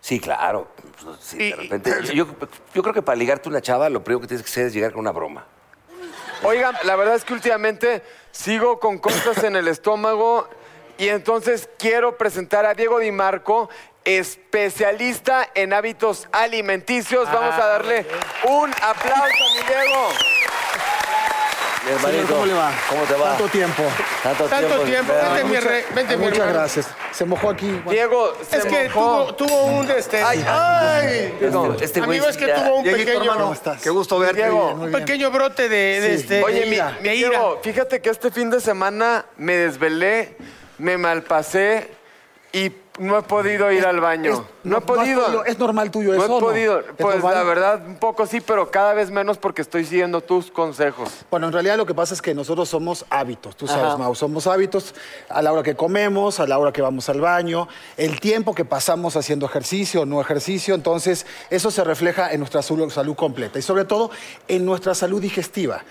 [SPEAKER 5] Sí, claro. Pues, sí,
[SPEAKER 3] Y-
[SPEAKER 5] de repente. Yo, yo- yo creo que para ligarte una chava, lo primero que tienes que hacer es llegar con una broma.
[SPEAKER 7] Oigan, la verdad es que últimamente sigo con cosas en el estómago y entonces quiero presentar a Diego Di Marco, especialista en hábitos alimenticios. Vamos
[SPEAKER 8] Ah,
[SPEAKER 7] a darle un aplauso a mi Diego.
[SPEAKER 5] Mi hermanito,
[SPEAKER 8] ¿Cómo le va?
[SPEAKER 5] ¿Cómo te va?
[SPEAKER 8] Tanto tiempo.
[SPEAKER 5] Tanto,
[SPEAKER 3] Tanto tiempo,
[SPEAKER 5] espera.
[SPEAKER 3] vente mi rey, vente mi
[SPEAKER 8] Muchas
[SPEAKER 3] hermano.
[SPEAKER 8] gracias. Se mojó aquí. Bueno,
[SPEAKER 7] Diego, se
[SPEAKER 3] Es que tuvo,
[SPEAKER 7] mojó.
[SPEAKER 3] tuvo un este.
[SPEAKER 7] Ay, ay.
[SPEAKER 5] Este, este güey
[SPEAKER 3] amigo, es que
[SPEAKER 5] ya-
[SPEAKER 3] tuvo un
[SPEAKER 4] Dieguito,
[SPEAKER 3] pequeño,
[SPEAKER 4] hermano,
[SPEAKER 8] ¿cómo estás?
[SPEAKER 4] qué gusto verte.
[SPEAKER 7] Diego,
[SPEAKER 3] un pequeño brote de, de este.
[SPEAKER 7] Oye,
[SPEAKER 3] de
[SPEAKER 7] mi,
[SPEAKER 3] ira,
[SPEAKER 7] mi
[SPEAKER 3] de ira.
[SPEAKER 7] Diego, fíjate que este fin de semana me desvelé, me malpasé y no he podido ir al baño.
[SPEAKER 8] es-
[SPEAKER 7] no,
[SPEAKER 8] no-
[SPEAKER 7] he
[SPEAKER 8] no has
[SPEAKER 7] podido.
[SPEAKER 8] podido. ¿Es normal tuyo
[SPEAKER 7] No
[SPEAKER 8] eso
[SPEAKER 7] he
[SPEAKER 8] o no?
[SPEAKER 7] podido.
[SPEAKER 8] ¿Es
[SPEAKER 7] Pues
[SPEAKER 8] normal?
[SPEAKER 7] la verdad, un poco sí, pero cada vez menos porque estoy siguiendo tus consejos.
[SPEAKER 8] Bueno, en realidad lo que pasa es que nosotros somos hábitos, tú sabes, Mau, somos hábitos a la hora que comemos, a la hora que vamos al baño, el tiempo que pasamos haciendo ejercicio o no ejercicio, entonces eso se refleja en nuestra salu- salud completa y sobre todo en nuestra salud digestiva.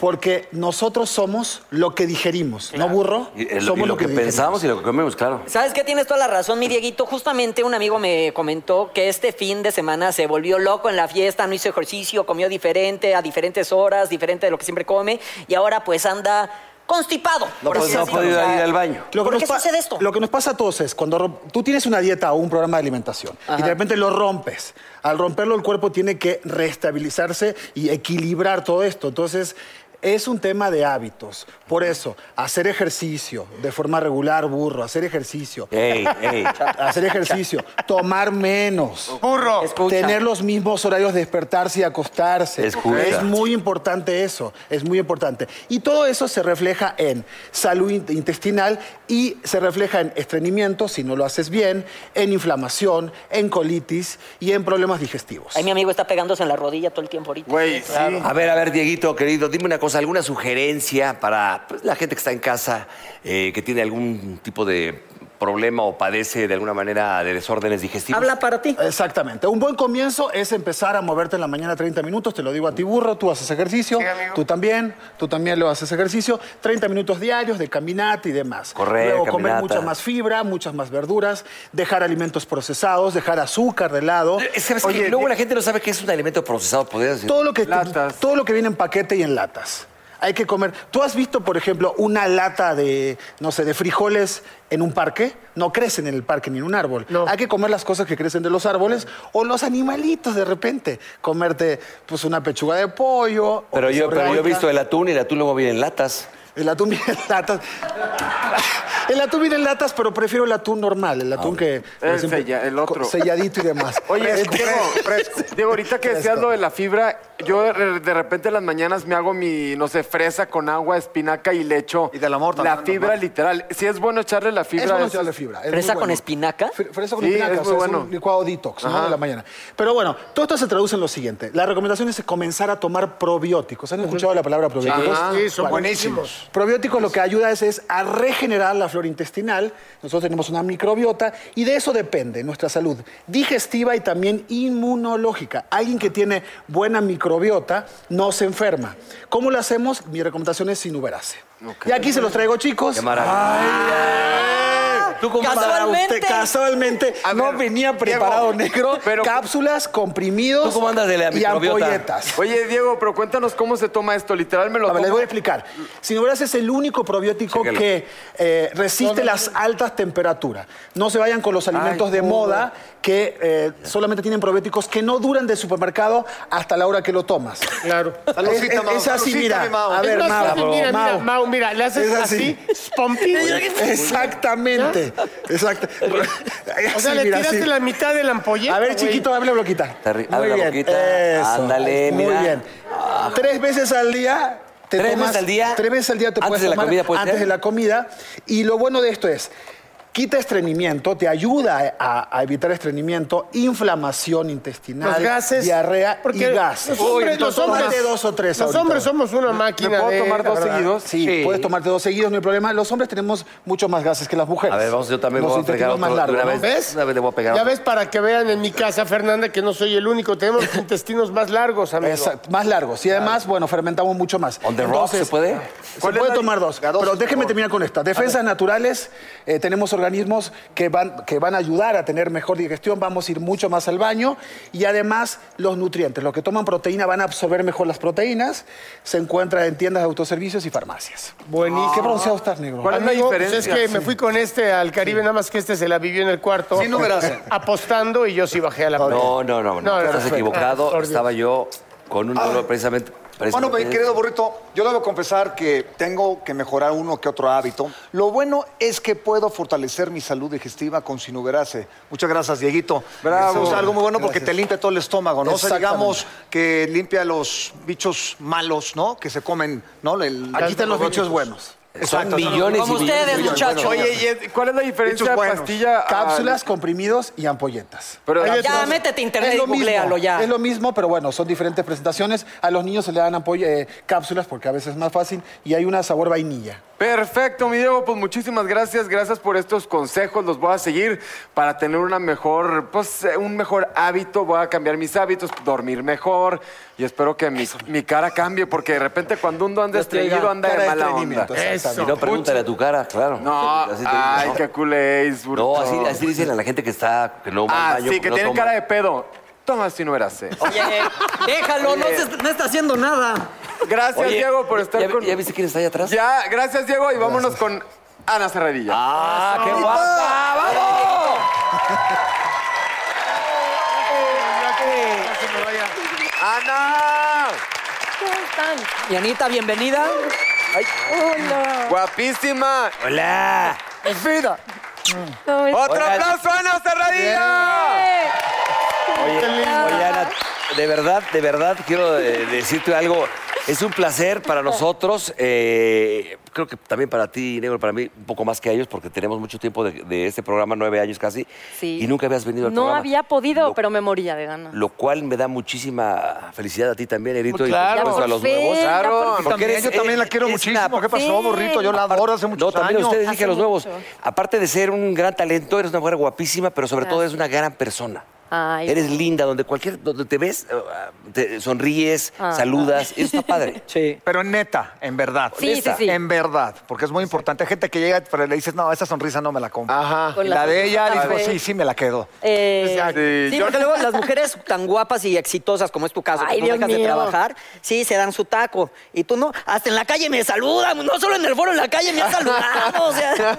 [SPEAKER 8] Porque nosotros somos lo que digerimos, ¿no, burro?
[SPEAKER 5] Y- y lo,
[SPEAKER 8] somos
[SPEAKER 5] y lo que
[SPEAKER 8] digerimos.
[SPEAKER 5] pensamos y lo que comemos, claro.
[SPEAKER 6] ¿Sabes qué? Tienes toda la razón, mi Dieguito. Justamente un amigo me comentó que este fin de semana se volvió loco en la fiesta, no hizo ejercicio, comió diferente, a diferentes horas, diferente de lo que siempre come, y ahora pues anda constipado.
[SPEAKER 5] No,
[SPEAKER 6] por
[SPEAKER 5] pues,
[SPEAKER 6] así
[SPEAKER 5] no ha
[SPEAKER 6] decirlo.
[SPEAKER 5] podido
[SPEAKER 6] O sea,
[SPEAKER 5] ir al baño.
[SPEAKER 8] Lo que
[SPEAKER 6] ¿Por
[SPEAKER 8] nos
[SPEAKER 6] qué
[SPEAKER 8] pa-
[SPEAKER 6] sucede esto?
[SPEAKER 8] Lo que nos pasa a todos es, cuando rom- tú tienes una dieta o un programa de alimentación y de repente lo rompes, al romperlo el cuerpo tiene que restabilizarse y equilibrar todo esto. Entonces, Es un tema de hábitos. Por eso, hacer ejercicio de forma regular, burro, hacer ejercicio.
[SPEAKER 5] Ey, ey.
[SPEAKER 8] Hacer ejercicio, tomar menos.
[SPEAKER 3] Burro.
[SPEAKER 6] Escucha.
[SPEAKER 8] Tener los mismos horarios de despertarse y acostarse.
[SPEAKER 5] Escucha.
[SPEAKER 8] Es muy importante eso, es muy importante. Y todo eso se refleja en salud in- intestinal y se refleja en estreñimiento, si no lo haces bien, en inflamación, en colitis y en problemas digestivos.
[SPEAKER 6] Ahí mi amigo está pegándose en la rodilla todo el tiempo ahorita.
[SPEAKER 7] Güey, sí.
[SPEAKER 5] A ver, a ver, Dieguito, querido, dime una cosa, ¿alguna sugerencia para pues, la gente que está en casa, eh, que tiene algún tipo de problema o padece de alguna manera de desórdenes digestivos?
[SPEAKER 6] Habla para ti.
[SPEAKER 8] Exactamente. Un buen comienzo es empezar a moverte en la mañana 30 minutos. Te lo digo a ti, burro. Tú haces ejercicio.
[SPEAKER 3] Sí, amigo.
[SPEAKER 8] tú también. Tú también lo haces ejercicio. 30 minutos diarios de caminata y demás.
[SPEAKER 5] Correr,
[SPEAKER 8] Luego comer
[SPEAKER 5] caminata.
[SPEAKER 8] mucha más fibra, muchas más verduras. Dejar alimentos procesados. Dejar azúcar de lado.
[SPEAKER 5] Eh, ¿Sabes qué? Luego la gente no sabe que es un alimento procesado, podrías decir.
[SPEAKER 8] todo lo que
[SPEAKER 7] Latas.
[SPEAKER 8] todo lo que viene en paquete y en latas. Hay que comer. ¿Tú has visto, por ejemplo, una lata de, no sé, de frijoles en un parque? No crecen en el parque ni en un árbol. Hay que comer las cosas que crecen de los árboles o los animalitos de repente. Comerte, pues, una pechuga de pollo. o
[SPEAKER 5] Pero yo, pero yo he
[SPEAKER 8] orgánica.
[SPEAKER 5] visto el atún y el atún luego viene en latas.
[SPEAKER 8] El atún viene en latas. El atún viene en latas, pero prefiero el atún normal, el
[SPEAKER 5] Ah,
[SPEAKER 8] atún que...
[SPEAKER 7] El sella- el otro.
[SPEAKER 8] Selladito y demás.
[SPEAKER 7] Oye,
[SPEAKER 8] Este-
[SPEAKER 7] Diego, Diego, ahorita que decías lo de la fibra, yo de de repente en las mañanas me hago mi, no sé, fresa con agua, espinaca y le echo
[SPEAKER 4] Y del amor también,
[SPEAKER 7] la
[SPEAKER 4] ¿no?
[SPEAKER 7] fibra literal. Si es bueno echarle la fibra.
[SPEAKER 8] Es bueno
[SPEAKER 7] a
[SPEAKER 8] echarle
[SPEAKER 7] esos-
[SPEAKER 8] fibra. es
[SPEAKER 6] ¿Fresa
[SPEAKER 8] muy
[SPEAKER 6] con
[SPEAKER 8] bueno.
[SPEAKER 6] espinaca?
[SPEAKER 8] Fre- Fresa con
[SPEAKER 7] Sí,
[SPEAKER 8] espinaca,
[SPEAKER 7] es
[SPEAKER 8] o
[SPEAKER 7] muy
[SPEAKER 8] sea,
[SPEAKER 7] bueno.
[SPEAKER 8] un licuado detox, ¿no?
[SPEAKER 7] Ajá.
[SPEAKER 8] De la mañana. Pero bueno, todo esto se traduce en lo siguiente. La recomendación es comenzar a tomar probióticos. ¿Han escuchado la palabra probióticos?
[SPEAKER 7] Ajá.
[SPEAKER 3] Sí, son
[SPEAKER 8] Bueno,
[SPEAKER 3] buenísimos.
[SPEAKER 8] Probióticos lo que ayuda es, es a regenerar la flora intestinal. Nosotros tenemos una microbiota y de eso depende nuestra salud digestiva y también inmunológica. Alguien que tiene buena microbiota no se enferma. ¿Cómo lo hacemos? Mi recomendación es sin uberase. Y aquí se los traigo, chicos.
[SPEAKER 5] Qué maravilla.
[SPEAKER 6] ¿Tú
[SPEAKER 8] Para
[SPEAKER 6] Casualmente.
[SPEAKER 8] usted, casualmente. no venía preparado negro.
[SPEAKER 7] pero-
[SPEAKER 8] cápsulas, comprimidos.
[SPEAKER 5] ¿Tú cómo andas de la
[SPEAKER 8] y
[SPEAKER 5] microbiota?
[SPEAKER 8] ampolletas.
[SPEAKER 7] Oye, Diego, pero cuéntanos cómo se toma esto. Literal me lo
[SPEAKER 8] A ver, les
[SPEAKER 7] tomo.
[SPEAKER 8] voy a explicar. Sinobrás es el único probiótico
[SPEAKER 5] Chéquelo.
[SPEAKER 8] que eh, resiste las altas temperaturas. No se vayan con los alimentos de moda que eh, solamente tienen probióticos que no duran de supermercado hasta la hora que lo tomas.
[SPEAKER 3] Claro.
[SPEAKER 8] Es,
[SPEAKER 4] Saludcita,
[SPEAKER 8] es-
[SPEAKER 4] Mau.
[SPEAKER 8] es así,
[SPEAKER 4] Saludcita,
[SPEAKER 8] mira.
[SPEAKER 4] mi Mau.
[SPEAKER 8] A
[SPEAKER 3] Es
[SPEAKER 8] ver,
[SPEAKER 3] más
[SPEAKER 8] Mau.
[SPEAKER 3] fácil, mira, mira,
[SPEAKER 8] Mau.
[SPEAKER 3] Mau, mira, le haces
[SPEAKER 8] Es
[SPEAKER 3] así,
[SPEAKER 8] así.
[SPEAKER 3] pompi.
[SPEAKER 8] Exactamente. Exacto.
[SPEAKER 3] O sea,
[SPEAKER 8] Así,
[SPEAKER 3] le
[SPEAKER 8] mira,
[SPEAKER 3] tiraste
[SPEAKER 8] así.
[SPEAKER 3] la mitad de la ampolleta.
[SPEAKER 8] A ver,
[SPEAKER 3] güey.
[SPEAKER 8] chiquito, abre la boquita.
[SPEAKER 5] Está ri- abre la boquita.
[SPEAKER 8] Eso.
[SPEAKER 5] Ándale,
[SPEAKER 8] Muy
[SPEAKER 5] mira. Ah.
[SPEAKER 8] bien. Tres veces al día. Te
[SPEAKER 5] ¿Tres
[SPEAKER 8] tomas-
[SPEAKER 5] veces al día?
[SPEAKER 8] Tres veces al día te
[SPEAKER 5] Antes
[SPEAKER 8] puedes
[SPEAKER 5] de la
[SPEAKER 8] tomar
[SPEAKER 5] comida, ¿puede
[SPEAKER 8] antes
[SPEAKER 5] ser?
[SPEAKER 8] de la comida. Y lo bueno de esto es, quita estreñimiento, te ayuda a, a evitar estreñimiento, inflamación intestinal,
[SPEAKER 3] Los gases.
[SPEAKER 8] diarrea y
[SPEAKER 3] Porque
[SPEAKER 8] gas.
[SPEAKER 3] Los hombres, los
[SPEAKER 8] Tómate
[SPEAKER 3] hombres-
[SPEAKER 8] dos o tres
[SPEAKER 3] Los
[SPEAKER 8] ahorita.
[SPEAKER 3] hombres somos una
[SPEAKER 7] ¿Me
[SPEAKER 3] máquina.
[SPEAKER 7] puedo
[SPEAKER 3] de-
[SPEAKER 7] tomar
[SPEAKER 3] la
[SPEAKER 7] dos
[SPEAKER 3] verdad.
[SPEAKER 7] seguidos?
[SPEAKER 8] Sí, puedes tomarte dos seguidos, no hay problema. Los hombres tenemos mucho más gases que las mujeres.
[SPEAKER 5] A ver, vamos, yo también
[SPEAKER 8] Los
[SPEAKER 5] voy a pegar
[SPEAKER 8] intestinos más
[SPEAKER 5] otro de
[SPEAKER 8] largos,
[SPEAKER 5] una
[SPEAKER 8] ¿no?
[SPEAKER 5] vez.
[SPEAKER 3] ¿Ves?
[SPEAKER 5] Una vez le voy a pegar
[SPEAKER 3] Ya
[SPEAKER 5] otro.
[SPEAKER 3] ves para que vean en mi casa, Fernanda, que no soy el único. Tenemos los intestinos más largos, amigo.
[SPEAKER 8] Exacto, más largos. Y además, bueno, fermentamos mucho más.
[SPEAKER 5] On the rocks, ¿se puede?
[SPEAKER 7] ah,
[SPEAKER 8] Se
[SPEAKER 7] ¿Cuál es
[SPEAKER 8] puede
[SPEAKER 7] la-
[SPEAKER 8] tomar dos.
[SPEAKER 7] la dos,
[SPEAKER 8] pero
[SPEAKER 7] por
[SPEAKER 8] déjeme
[SPEAKER 7] favor.
[SPEAKER 8] terminar con esta. Defensas naturales, eh, tenemos organismos que van, que van a ayudar a tener mejor digestión, vamos a ir mucho más al baño. Y además, los nutrientes. Los que toman proteína van a absorber mejor las proteínas. Se encuentra en tiendas de autoservicios y farmacias. Buenísimo. ¿Qué bronceado estás, negro?
[SPEAKER 7] ¿Cuál es la
[SPEAKER 3] Amigo, pues es
[SPEAKER 7] diferencia?
[SPEAKER 3] que me fui con este al Caribe, nada más que este se la vivió en el cuarto.
[SPEAKER 4] Sin numerarse.
[SPEAKER 3] Apostando y yo sí bajé a la playa.
[SPEAKER 5] No, no, no, no,
[SPEAKER 3] No, no,
[SPEAKER 5] estás
[SPEAKER 3] perfecto. Ah,
[SPEAKER 5] equivocado.
[SPEAKER 3] por Dios.
[SPEAKER 5] Estaba yo con un dolor precisamente.
[SPEAKER 7] Ah,
[SPEAKER 4] Bueno, mi
[SPEAKER 5] precisamente-
[SPEAKER 4] querido burrito, yo debo confesar que tengo que mejorar uno que otro hábito. Lo bueno es que puedo fortalecer mi salud digestiva con sinuberase. Muchas gracias, Dieguito. Este,
[SPEAKER 7] Bravo.
[SPEAKER 4] Es algo muy bueno porque te limpia todo el estómago, ¿no? O sea,
[SPEAKER 8] Exactamente.
[SPEAKER 4] digamos que limpia los bichos malos, ¿no? Que se comen, ¿no? El-
[SPEAKER 8] Aquí están los bichos
[SPEAKER 4] probióticos.
[SPEAKER 8] buenos.
[SPEAKER 5] Son millones
[SPEAKER 6] Como
[SPEAKER 5] y millones.
[SPEAKER 6] ustedes, muchachos.
[SPEAKER 7] Oye, ¿y ¿cuál es la diferencia de
[SPEAKER 4] Dichos buenos.
[SPEAKER 7] pastilla? a-
[SPEAKER 8] Cápsulas, comprimidos y ampolletas.
[SPEAKER 7] Pero-
[SPEAKER 8] Hay de
[SPEAKER 7] Ya,
[SPEAKER 8] todas.
[SPEAKER 6] métete a internet
[SPEAKER 8] Es lo
[SPEAKER 6] y googléalo
[SPEAKER 8] mismo,
[SPEAKER 6] ya.
[SPEAKER 8] Es lo mismo, pero bueno, son diferentes presentaciones. A los niños se le dan ampolle- eh, cápsulas porque a veces es más fácil y hay una sabor vainilla.
[SPEAKER 7] Perfecto, mi Diego, pues muchísimas gracias, gracias por estos consejos, los voy a seguir para tener una mejor, pues eh, un mejor hábito, voy a cambiar mis hábitos, dormir mejor y espero que mi, mi cara cambie porque de repente cuando uno anda estreñido anda
[SPEAKER 8] cara
[SPEAKER 7] de
[SPEAKER 8] de
[SPEAKER 7] mala onda. Eh,
[SPEAKER 8] estreñimiento,
[SPEAKER 5] Y
[SPEAKER 8] exactamente.
[SPEAKER 5] no pregúntale a tu cara, claro.
[SPEAKER 7] No,
[SPEAKER 5] Así te digo,
[SPEAKER 7] ay,
[SPEAKER 5] no.
[SPEAKER 7] qué culéis, burro.
[SPEAKER 5] No, así, así dicen a la gente que está, que no va al
[SPEAKER 7] Ah,
[SPEAKER 5] baño,
[SPEAKER 7] sí, que
[SPEAKER 5] no
[SPEAKER 7] tienen
[SPEAKER 5] toma.
[SPEAKER 7] cara de pedo. Toma si no eras. eh.
[SPEAKER 6] Oye, déjalo, no, se- no está haciendo nada.
[SPEAKER 7] Gracias,
[SPEAKER 5] Oye,
[SPEAKER 7] Diego, por
[SPEAKER 5] ¿ya-
[SPEAKER 7] estar
[SPEAKER 5] ya,
[SPEAKER 7] con...
[SPEAKER 5] ¿Ya viste quién está ahí atrás?
[SPEAKER 7] Ya, gracias, Diego, y vámonos con Ana Cerradilla.
[SPEAKER 5] ¡Ah, qué guapa! ¡Vamos!
[SPEAKER 7] ¡Ana!
[SPEAKER 9] ¿cómo están?
[SPEAKER 6] Y Anita, bienvenida.
[SPEAKER 9] Hola.
[SPEAKER 7] Guapísima.
[SPEAKER 5] Hola.
[SPEAKER 9] Vida. ¿Cómo están?
[SPEAKER 7] Otro aplauso, Ana Cerradilla.
[SPEAKER 5] Oye, oye, Ana, de verdad, de verdad quiero eh, decirte algo. Es un placer para nosotros, eh, creo que también para ti, Negro, para mí, un poco más que a ellos, porque tenemos mucho tiempo de, de este programa, nueve años casi,
[SPEAKER 9] Sí.
[SPEAKER 5] y nunca habías venido al
[SPEAKER 9] no
[SPEAKER 5] programa.
[SPEAKER 9] había podido, pero me moría de ganas.
[SPEAKER 5] Lo cual me da muchísima felicidad a ti también, Erito,
[SPEAKER 9] Claro.
[SPEAKER 5] y por supuesto,
[SPEAKER 9] Ya
[SPEAKER 5] a los
[SPEAKER 9] por fin,
[SPEAKER 5] nuevos.
[SPEAKER 9] ya Claro, por fin.
[SPEAKER 5] porque
[SPEAKER 4] Yo también la quiero
[SPEAKER 5] es
[SPEAKER 4] muchísimo.
[SPEAKER 5] una-
[SPEAKER 4] ¿Qué pasó, Borrito? Yo la adoro hace muchos
[SPEAKER 5] No, también
[SPEAKER 4] años.
[SPEAKER 5] a ustedes dije a los
[SPEAKER 9] Hace
[SPEAKER 5] nuevos.
[SPEAKER 9] mucho.
[SPEAKER 5] Aparte de ser un gran talento, eres una mujer guapísima, pero sobre todo eres una gran persona.
[SPEAKER 9] Ay,
[SPEAKER 5] Eres linda, donde cualquier, donde te ves, eh, ah, te sonríes,
[SPEAKER 9] Ah.
[SPEAKER 5] saludas. Eso está padre.
[SPEAKER 6] Sí.
[SPEAKER 4] Pero neta, en verdad.
[SPEAKER 9] Sí,
[SPEAKER 4] Neta.
[SPEAKER 9] sí, sí.
[SPEAKER 4] En verdad, porque es muy importante. Hay gente que llega pero le dices, no, esa sonrisa no me la compro.
[SPEAKER 7] Ajá.
[SPEAKER 4] Y
[SPEAKER 9] Con
[SPEAKER 4] la,
[SPEAKER 9] la
[SPEAKER 4] de ella,
[SPEAKER 9] sonrisa
[SPEAKER 4] digo,
[SPEAKER 9] café.
[SPEAKER 4] sí, sí, me la quedo.
[SPEAKER 9] eh,
[SPEAKER 7] Sí,
[SPEAKER 6] Sí,
[SPEAKER 7] yo-
[SPEAKER 6] porque luego las mujeres tan guapas y exitosas como es tu caso,
[SPEAKER 9] Ay,
[SPEAKER 6] que no
[SPEAKER 9] Dios
[SPEAKER 6] dejas de
[SPEAKER 9] mío.
[SPEAKER 6] trabajar, sí, se dan su taco. Y tú no, hasta en la calle me saludan, no solo en el foro, en la calle me han saludado. O sea,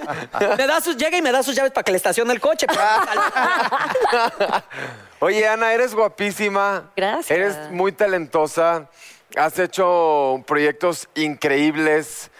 [SPEAKER 6] me da sus, llega y me da sus llaves para que le estacione el coche. pero
[SPEAKER 7] Ah,
[SPEAKER 6] me saluda.
[SPEAKER 7] Oye, Ana, eres guapísima.
[SPEAKER 9] Gracias.
[SPEAKER 7] Eres muy talentosa. Has hecho proyectos increíbles.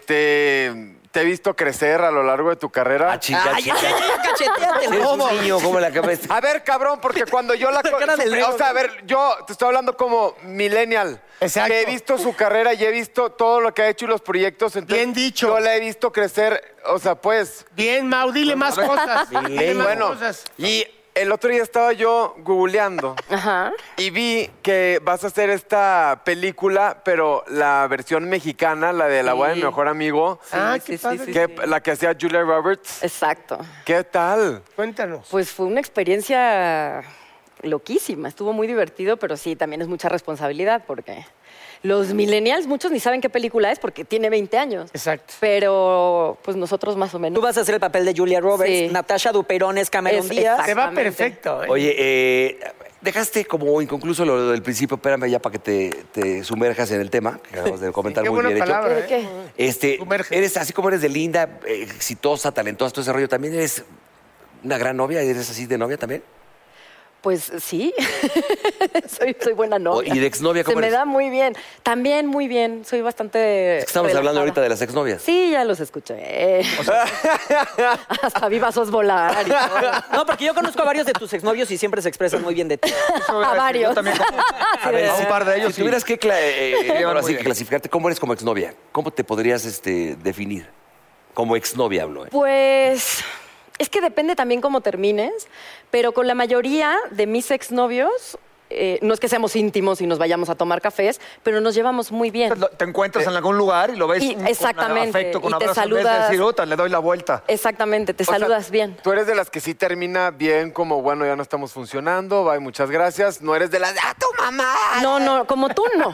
[SPEAKER 7] Este, te he visto crecer a lo largo de tu carrera.
[SPEAKER 5] Ah, chica,
[SPEAKER 6] Ay,
[SPEAKER 5] chica.
[SPEAKER 6] ay, ay, cacheteate,
[SPEAKER 5] Eres
[SPEAKER 6] ¿cómo?
[SPEAKER 5] un niño, como la cabeza.
[SPEAKER 7] A ver, cabrón, porque cuando yo la...
[SPEAKER 6] La cara de
[SPEAKER 7] su-
[SPEAKER 6] Leo.
[SPEAKER 7] o sea, a ver, yo te estoy hablando como millennial.
[SPEAKER 3] Exacto.
[SPEAKER 7] Que he visto su carrera y he visto todo lo que ha hecho y los proyectos. entonces
[SPEAKER 3] Bien dicho.
[SPEAKER 7] Yo la he visto crecer, o sea, pues...
[SPEAKER 3] Bien, Mau, dile más cosas. Dile más
[SPEAKER 7] bueno,
[SPEAKER 3] cosas.
[SPEAKER 7] y el otro día estaba yo googleando
[SPEAKER 9] Ajá.
[SPEAKER 7] y vi que vas a hacer esta película, pero la versión mexicana, la de La boda de mi
[SPEAKER 9] Sí.
[SPEAKER 7] mejor amigo,
[SPEAKER 3] Ah,
[SPEAKER 9] Sí,
[SPEAKER 3] qué
[SPEAKER 9] sí, sí,
[SPEAKER 3] padre.
[SPEAKER 9] sí,
[SPEAKER 7] que-
[SPEAKER 9] sí. Eh.
[SPEAKER 7] la que hacía Julia Roberts.
[SPEAKER 9] Exacto.
[SPEAKER 7] ¿Qué tal?
[SPEAKER 3] Cuéntanos.
[SPEAKER 9] Pues fue una experiencia loquísima, estuvo muy divertido, pero sí, también es mucha responsabilidad porque los millennials, muchos ni saben qué película es porque tiene 20 años.
[SPEAKER 3] Exacto.
[SPEAKER 9] Pero pues nosotros más o menos.
[SPEAKER 6] Tú vas a hacer el papel de Julia Roberts,
[SPEAKER 9] Sí.
[SPEAKER 6] Natasha Duperón es Cameron
[SPEAKER 9] Es-
[SPEAKER 6] Díaz.
[SPEAKER 3] Te va
[SPEAKER 9] exactamente.
[SPEAKER 3] perfecto. ¿eh?
[SPEAKER 5] Oye, eh, dejaste como inconcluso lo del principio. Espérame ya para que te, te sumerjas en el tema, que acabas de comentar
[SPEAKER 3] Qué
[SPEAKER 5] muy
[SPEAKER 3] buena
[SPEAKER 5] bien. Erito.
[SPEAKER 3] palabra.
[SPEAKER 9] ¿Qué,
[SPEAKER 3] ¿eh?
[SPEAKER 9] qué?
[SPEAKER 5] Este,
[SPEAKER 3] Sumérgete.
[SPEAKER 5] eres así como eres de linda, eh, exitosa, talentosa, todo ese rollo. También eres una gran novia, eres así de novia también.
[SPEAKER 9] Pues sí, soy, soy buena novia.
[SPEAKER 5] ¿y de exnovia cómo
[SPEAKER 9] Se me
[SPEAKER 5] eres?
[SPEAKER 9] da muy bien. También muy bien, soy bastante.
[SPEAKER 5] Es que estamos hablando ahorita de las exnovias.
[SPEAKER 9] Sí, ya los escuché. Hasta vi vasos volar y todo.
[SPEAKER 6] No, porque yo conozco a varios de tus exnovios y siempre se expresan muy bien de ti.
[SPEAKER 9] A varios.
[SPEAKER 5] A ver,
[SPEAKER 4] A un
[SPEAKER 5] si-
[SPEAKER 4] par de ellos,
[SPEAKER 5] Si
[SPEAKER 4] sí.
[SPEAKER 5] tuvieras que, cla- eh, eh,
[SPEAKER 4] van
[SPEAKER 5] ahora
[SPEAKER 4] muy
[SPEAKER 5] sí que
[SPEAKER 4] bien.
[SPEAKER 5] clasificarte, ¿cómo eres como exnovia? ¿Cómo te podrías este, definir? Como exnovia hablo. ¿eh?
[SPEAKER 9] Pues es que depende también cómo termines, pero con la mayoría de mis exnovios, eh, no es que seamos íntimos y nos vayamos a tomar cafés, pero nos llevamos muy bien.
[SPEAKER 4] Lo- Te encuentras en algún lugar y lo ves
[SPEAKER 9] Y-
[SPEAKER 4] con
[SPEAKER 9] exactamente,
[SPEAKER 4] afecto, con
[SPEAKER 9] y te
[SPEAKER 4] abrazo, en vez de
[SPEAKER 9] saludas.
[SPEAKER 4] decir, "Uta, le doy la vuelta.
[SPEAKER 9] Exactamente, te
[SPEAKER 7] O sea,
[SPEAKER 9] saludas bien.
[SPEAKER 7] Tú eres de las que sí termina bien, como bueno, ya no estamos funcionando, bye, muchas gracias. No eres de las de, ¡ah, tu mamá!
[SPEAKER 9] No, no, como tú no.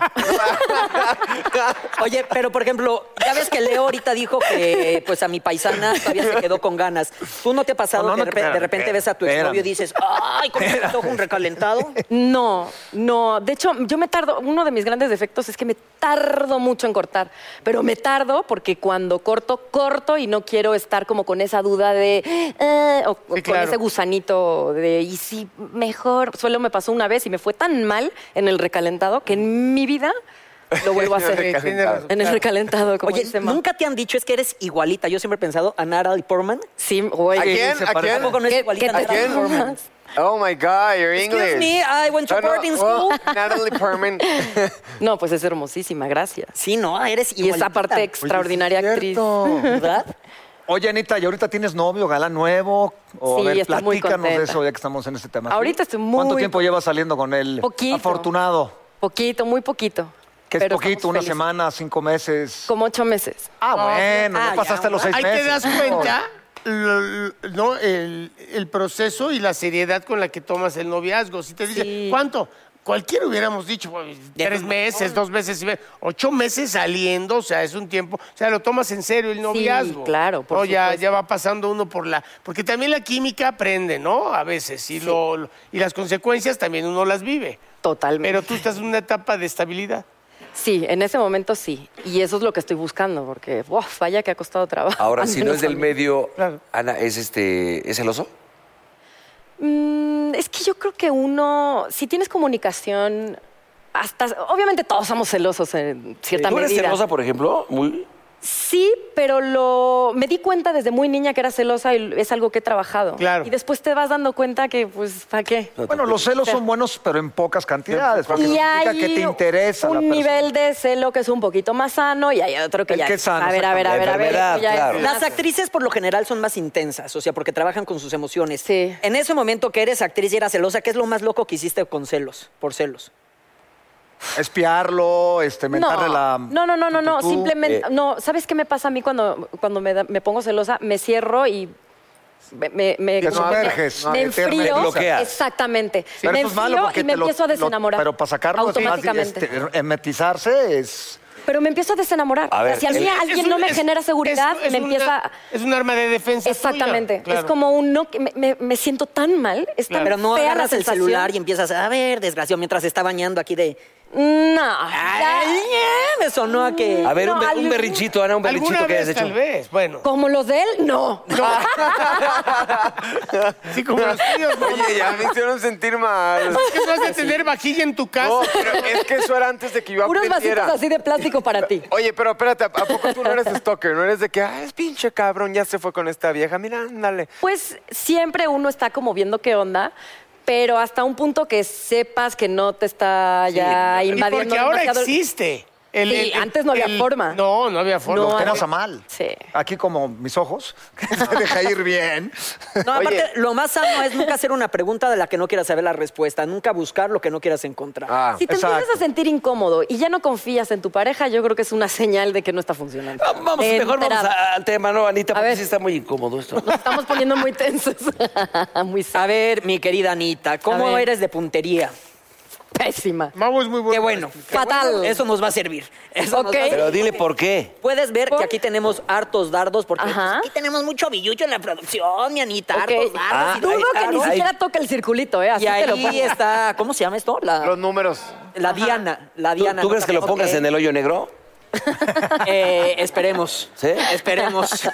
[SPEAKER 6] Oye, pero por ejemplo, ya ves que Leo ahorita dijo que pues a mi paisana todavía se quedó con ganas. ¿Tú no te ha pasado
[SPEAKER 4] No, no, no,
[SPEAKER 6] que de, repe- de
[SPEAKER 4] espérame,
[SPEAKER 6] repente ves a tu
[SPEAKER 4] espérame.
[SPEAKER 6] exnovio y dices, ay, cómo me antojo un recalentado?
[SPEAKER 9] No, no. De hecho, yo me tardo, uno de mis grandes defectos es que me tardo mucho en cortar, pero me tardo porque cuando corto, corto y no quiero estar como con esa duda de, eh, o, o con
[SPEAKER 3] claro.
[SPEAKER 9] ese gusanito de, y si mejor, solo me pasó una vez y me fue tan mal en el recalentado que en mi vida lo vuelvo a hacer.
[SPEAKER 3] Sí, tienes razón.
[SPEAKER 9] En el recalentado, como
[SPEAKER 6] Oye,
[SPEAKER 9] dice Ma.
[SPEAKER 6] nunca te han dicho es que eres igualita. Yo siempre he pensado a Natalie Portman.
[SPEAKER 9] Sí, güey.
[SPEAKER 7] ¿A quién? ¿A quién?
[SPEAKER 6] Tampoco no es
[SPEAKER 9] ¿Qué-
[SPEAKER 6] igualita
[SPEAKER 9] qué
[SPEAKER 6] a
[SPEAKER 9] te
[SPEAKER 6] Natalie
[SPEAKER 7] quién?
[SPEAKER 6] Portman.
[SPEAKER 7] Oh my God, you're
[SPEAKER 6] Excuse
[SPEAKER 7] English.
[SPEAKER 6] me, I went to
[SPEAKER 7] Oh, no,
[SPEAKER 6] boarding
[SPEAKER 7] oh,
[SPEAKER 6] school.
[SPEAKER 7] Natalie Portman.
[SPEAKER 9] No, pues es hermosísima, gracias.
[SPEAKER 6] Sí, no, eres
[SPEAKER 9] Y
[SPEAKER 6] igualita.
[SPEAKER 9] esa parte extraordinaria actriz.
[SPEAKER 6] ¿Verdad?
[SPEAKER 4] Oye, Anita, ¿y ahorita tienes novio, galán nuevo? O,
[SPEAKER 9] Sí,
[SPEAKER 4] a ver,
[SPEAKER 9] estoy muy
[SPEAKER 4] platícanos de
[SPEAKER 9] contenta.
[SPEAKER 4] eso ya que estamos en este tema.
[SPEAKER 9] Ahorita estoy muy
[SPEAKER 4] ¿Cuánto tiempo llevas saliendo con él?
[SPEAKER 9] Poquito.
[SPEAKER 4] Afortunado.
[SPEAKER 9] Poquito, muy poquito.
[SPEAKER 4] Que es
[SPEAKER 9] Pero
[SPEAKER 4] poquito,
[SPEAKER 9] estamos
[SPEAKER 4] una
[SPEAKER 9] felices.
[SPEAKER 4] semana, cinco meses.
[SPEAKER 9] Como ocho meses.
[SPEAKER 4] Ah, bueno,
[SPEAKER 6] Ah,
[SPEAKER 4] ya
[SPEAKER 6] ya,
[SPEAKER 4] pasaste los seis
[SPEAKER 3] Ahí
[SPEAKER 4] meses.
[SPEAKER 3] te das cuenta lo- lo- ¿no? el, el proceso y la seriedad con la que tomas el noviazgo. Si te dice,
[SPEAKER 9] Sí.
[SPEAKER 3] ¿cuánto? Cualquiera hubiéramos dicho, pues, tres meses, dos meses, y ve- ocho meses saliendo, o sea, es un tiempo, o sea, lo tomas en serio el noviazgo.
[SPEAKER 9] claro, por
[SPEAKER 3] No, ya,
[SPEAKER 9] supuesto.
[SPEAKER 3] ya va pasando uno por la... Porque también la química aprende, ¿no? A veces, y, lo- lo- y las consecuencias también uno las vive.
[SPEAKER 9] Totalmente.
[SPEAKER 3] Pero tú estás en una etapa de estabilidad.
[SPEAKER 9] Sí, en ese momento sí. Y eso es lo que estoy buscando, porque uf, vaya que ha costado trabajo.
[SPEAKER 5] Ahora,
[SPEAKER 9] Al
[SPEAKER 5] si no
[SPEAKER 9] menos
[SPEAKER 5] es
[SPEAKER 9] a
[SPEAKER 5] del
[SPEAKER 9] mí.
[SPEAKER 5] medio,
[SPEAKER 3] Claro.
[SPEAKER 5] Ana, ¿es este es celoso?
[SPEAKER 9] Mm, es que yo creo que uno, si tienes comunicación hasta, obviamente todos somos celosos en cierta
[SPEAKER 5] ¿Tú eres
[SPEAKER 9] medida.
[SPEAKER 5] celosa, por ejemplo? Muy...
[SPEAKER 9] Sí, pero lo me di cuenta desde muy niña que era celosa y es algo que he trabajado.
[SPEAKER 4] Claro.
[SPEAKER 9] Y después te vas dando cuenta que, pues, ¿para qué?
[SPEAKER 4] Bueno, los celos son buenos, pero en pocas cantidades, porque
[SPEAKER 9] y
[SPEAKER 4] significa
[SPEAKER 9] hay
[SPEAKER 4] que te interesa la
[SPEAKER 9] un
[SPEAKER 4] persona.
[SPEAKER 9] nivel de celo que es un poquito más sano y hay otro que
[SPEAKER 4] El
[SPEAKER 9] ya
[SPEAKER 4] que es
[SPEAKER 9] es-
[SPEAKER 4] sano,
[SPEAKER 9] a ver, a ver, a ver, a ver,
[SPEAKER 6] Enfermedad,
[SPEAKER 9] esto ya es
[SPEAKER 6] claro.
[SPEAKER 9] más-
[SPEAKER 6] Las actrices por lo general son más intensas, o sea, porque trabajan con sus emociones. En ese momento que eres actriz y eras celosa, ¿qué es lo más loco que hiciste con celos, por celos?
[SPEAKER 4] Espiarlo, este, mentarle la...
[SPEAKER 9] No, no, no, no, no,
[SPEAKER 4] tú,
[SPEAKER 9] simplemente,
[SPEAKER 4] eh.
[SPEAKER 9] no, ¿sabes qué me pasa a mí cuando, cuando me, da- me pongo celosa? Me cierro y... Me, me, me-
[SPEAKER 4] Te
[SPEAKER 9] como que
[SPEAKER 4] sumerges,
[SPEAKER 9] me, me
[SPEAKER 4] te
[SPEAKER 9] enfrío,
[SPEAKER 4] bloqueas.
[SPEAKER 9] exactamente.
[SPEAKER 4] Pero
[SPEAKER 9] me
[SPEAKER 4] eso es malo
[SPEAKER 9] enfrío
[SPEAKER 4] porque
[SPEAKER 9] y me
[SPEAKER 4] te lo-
[SPEAKER 9] empiezo a
[SPEAKER 4] lo-
[SPEAKER 9] desenamorar.
[SPEAKER 4] pero para sacarlo es más,
[SPEAKER 9] automáticamente.
[SPEAKER 4] este, hermetizarse es...
[SPEAKER 9] Pero me empiezo a desenamorar.
[SPEAKER 4] A
[SPEAKER 9] O sea,
[SPEAKER 4] ver,
[SPEAKER 9] si a mí
[SPEAKER 4] el-
[SPEAKER 9] alguien
[SPEAKER 4] es un-
[SPEAKER 9] no me
[SPEAKER 4] es-
[SPEAKER 9] genera seguridad,
[SPEAKER 3] es- es
[SPEAKER 9] me
[SPEAKER 3] una-
[SPEAKER 9] empieza...
[SPEAKER 3] Es un arma de defensa.
[SPEAKER 9] Exactamente.
[SPEAKER 3] tuya, claro.
[SPEAKER 9] Es como un no... que Me, me- me siento tan mal, es tan
[SPEAKER 6] Pero no
[SPEAKER 9] fea la
[SPEAKER 6] agarras el
[SPEAKER 9] sensación.
[SPEAKER 6] celular y empiezas, a ver, desgraciado, mientras se está bañando aquí de...
[SPEAKER 9] No.
[SPEAKER 6] Ay, eh, me sonó a que...
[SPEAKER 5] A ver, un, be- un berrinchito, Ana, un berrinchito que hayas hecho.
[SPEAKER 3] vez, bueno.
[SPEAKER 9] Como los de él, no.
[SPEAKER 3] Sí, como los tíos, ¿no?
[SPEAKER 7] Oye, ya me hicieron sentir mal.
[SPEAKER 3] Es que no has de tener vajilla en tu casa.
[SPEAKER 7] No, pero es que eso era antes de que yo
[SPEAKER 9] Puros
[SPEAKER 7] aprendiera.
[SPEAKER 9] vasitos así de plástico para ti.
[SPEAKER 7] Oye, pero espérate, ¿a a poco tú no eres stalker? ¿No eres de que, ah, es pinche cabrón, ya se fue con esta vieja? Mira, ándale.
[SPEAKER 9] Pues siempre uno está como viendo qué onda, pero hasta un punto que sepas que no te está ya
[SPEAKER 3] Y
[SPEAKER 9] invadiendo.
[SPEAKER 3] porque ahora
[SPEAKER 9] demasiado el-
[SPEAKER 3] existe. El-
[SPEAKER 9] Sí,
[SPEAKER 3] el- el-
[SPEAKER 9] antes no había
[SPEAKER 3] el-
[SPEAKER 9] forma.
[SPEAKER 3] No, no había forma.
[SPEAKER 9] No,
[SPEAKER 4] Lo tenemos
[SPEAKER 9] antes-
[SPEAKER 4] a mal.
[SPEAKER 9] Sí.
[SPEAKER 4] Aquí como mis ojos, que se deja ir bien.
[SPEAKER 6] No, aparte, lo más sano es nunca hacer una pregunta de la que no quieras saber la respuesta, nunca buscar lo que no quieras encontrar.
[SPEAKER 5] Ah,
[SPEAKER 9] Si te empiezas a sentir incómodo y ya no confías en tu pareja, yo creo que es una señal de que no está funcionando.
[SPEAKER 5] Ah, Vamos,
[SPEAKER 9] De
[SPEAKER 5] mejor vamos
[SPEAKER 9] enterada.
[SPEAKER 5] a- al tema, ¿no, Anita? Porque sí está muy incómodo esto.
[SPEAKER 9] Nos estamos poniendo muy tensos. muy
[SPEAKER 6] A ver, mi querida Anita, ¿cómo
[SPEAKER 9] ver.
[SPEAKER 6] eres de puntería?
[SPEAKER 9] pésima.
[SPEAKER 3] Mau es muy bueno.
[SPEAKER 6] Qué bueno.
[SPEAKER 9] Fatal.
[SPEAKER 6] Eso nos va a servir. Eso
[SPEAKER 9] Ok.
[SPEAKER 6] nos va a servir.
[SPEAKER 5] Pero dile por qué.
[SPEAKER 6] Puedes ver que aquí tenemos hartos dardos, porque
[SPEAKER 9] Ajá.
[SPEAKER 6] aquí tenemos mucho billucho en la producción, mi Anita.
[SPEAKER 9] Ok.
[SPEAKER 6] Hartos dardos.
[SPEAKER 5] Ah,
[SPEAKER 6] y
[SPEAKER 9] Dudo que ni
[SPEAKER 6] dardos.
[SPEAKER 9] siquiera toca el circulito, ¿eh? Así
[SPEAKER 6] Y
[SPEAKER 9] te lo
[SPEAKER 6] ahí
[SPEAKER 9] pongo.
[SPEAKER 6] está, ¿cómo se llama esto?
[SPEAKER 7] Los
[SPEAKER 6] La,
[SPEAKER 7] números.
[SPEAKER 6] la Diana. La
[SPEAKER 5] ¿Tú,
[SPEAKER 6] Diana.
[SPEAKER 5] tú crees que lo
[SPEAKER 6] Ok.
[SPEAKER 5] pongas en el hoyo negro?
[SPEAKER 6] Eh, esperemos.
[SPEAKER 5] ¿Sí?
[SPEAKER 6] Esperemos.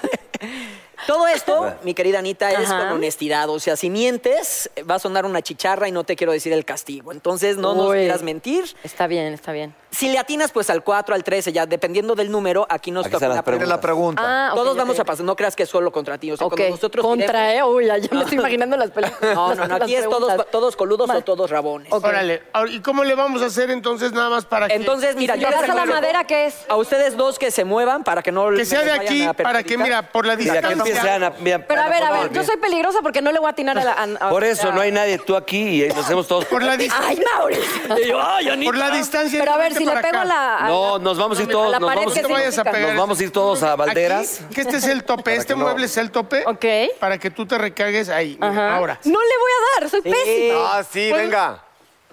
[SPEAKER 6] Todo esto, mi querida Anita, es
[SPEAKER 9] Ajá.
[SPEAKER 6] con honestidad. O sea, si mientes, va a sonar una chicharra y no te quiero decir el castigo. Entonces, no nos
[SPEAKER 9] Uy.
[SPEAKER 6] quieras mentir.
[SPEAKER 9] Está bien, está bien.
[SPEAKER 6] Si le atinas, pues al 4, al 13, ya dependiendo del número, aquí nos
[SPEAKER 5] Aquí
[SPEAKER 6] toca
[SPEAKER 5] están las
[SPEAKER 6] una
[SPEAKER 4] Tiene
[SPEAKER 6] pregunta.
[SPEAKER 5] preguntas.
[SPEAKER 4] la pregunta.
[SPEAKER 9] Ah, ok,
[SPEAKER 6] Todos
[SPEAKER 9] ok,
[SPEAKER 6] vamos a
[SPEAKER 9] ok.
[SPEAKER 6] pasar. No creas que es solo contra ti. O sea,
[SPEAKER 9] Ok,
[SPEAKER 6] cuando nosotros
[SPEAKER 9] Contra,
[SPEAKER 6] tiremos-
[SPEAKER 9] ¿eh? Uy, ya, ya me estoy imaginando las películas.
[SPEAKER 6] No, no, no. Aquí es todos, todos coludos o todos rabones.
[SPEAKER 9] Ok.
[SPEAKER 3] Órale. Ahora, ¿Y cómo le vamos a hacer entonces nada más para que...
[SPEAKER 6] Entonces, mira,
[SPEAKER 9] ¿Y
[SPEAKER 6] yo
[SPEAKER 9] si
[SPEAKER 6] les
[SPEAKER 9] le das a la
[SPEAKER 6] recuerdo-
[SPEAKER 9] madera qué es?
[SPEAKER 6] A ustedes dos que se muevan para que no
[SPEAKER 3] Que
[SPEAKER 6] les
[SPEAKER 3] sea de
[SPEAKER 6] vayan
[SPEAKER 3] aquí
[SPEAKER 6] a
[SPEAKER 3] para que,
[SPEAKER 6] perjudicar.
[SPEAKER 3] mira, por la
[SPEAKER 5] Mira,
[SPEAKER 3] distancia...
[SPEAKER 5] que empiece Ana. mira,
[SPEAKER 9] Pero a
[SPEAKER 5] Ana,
[SPEAKER 9] ver, a
[SPEAKER 5] por
[SPEAKER 9] ver,
[SPEAKER 5] favor,
[SPEAKER 9] yo soy peligrosa porque no le voy a atinar a la... a- a-
[SPEAKER 5] Por eso,
[SPEAKER 9] a-
[SPEAKER 5] no hay nadie tú aquí y nos hacemos todos...
[SPEAKER 3] Por la, dis-
[SPEAKER 9] ¡Ay, Mauricio!
[SPEAKER 5] Y yo, ay, Anita.
[SPEAKER 3] por la distancia...
[SPEAKER 9] Ah, Pero a ver,
[SPEAKER 3] vente
[SPEAKER 9] si le
[SPEAKER 3] para acá.
[SPEAKER 9] pego a la... a
[SPEAKER 5] No,
[SPEAKER 9] la-
[SPEAKER 5] nos vamos a ir
[SPEAKER 9] a
[SPEAKER 5] todos,
[SPEAKER 9] la
[SPEAKER 5] nos
[SPEAKER 9] pared
[SPEAKER 5] vamos-
[SPEAKER 9] que
[SPEAKER 3] No te vayas a
[SPEAKER 9] significa.
[SPEAKER 3] pegar.
[SPEAKER 5] Nos vamos a ir todos a Valderas.
[SPEAKER 3] Aquí, que este es el tope, este mueble es el tope.
[SPEAKER 9] Ok.
[SPEAKER 3] Para que tú te recargues ahí. Mira,
[SPEAKER 9] Ajá.
[SPEAKER 3] Ahora.
[SPEAKER 9] No le voy a dar, soy pésima.
[SPEAKER 7] Ah, sí,
[SPEAKER 3] Pues-
[SPEAKER 7] venga.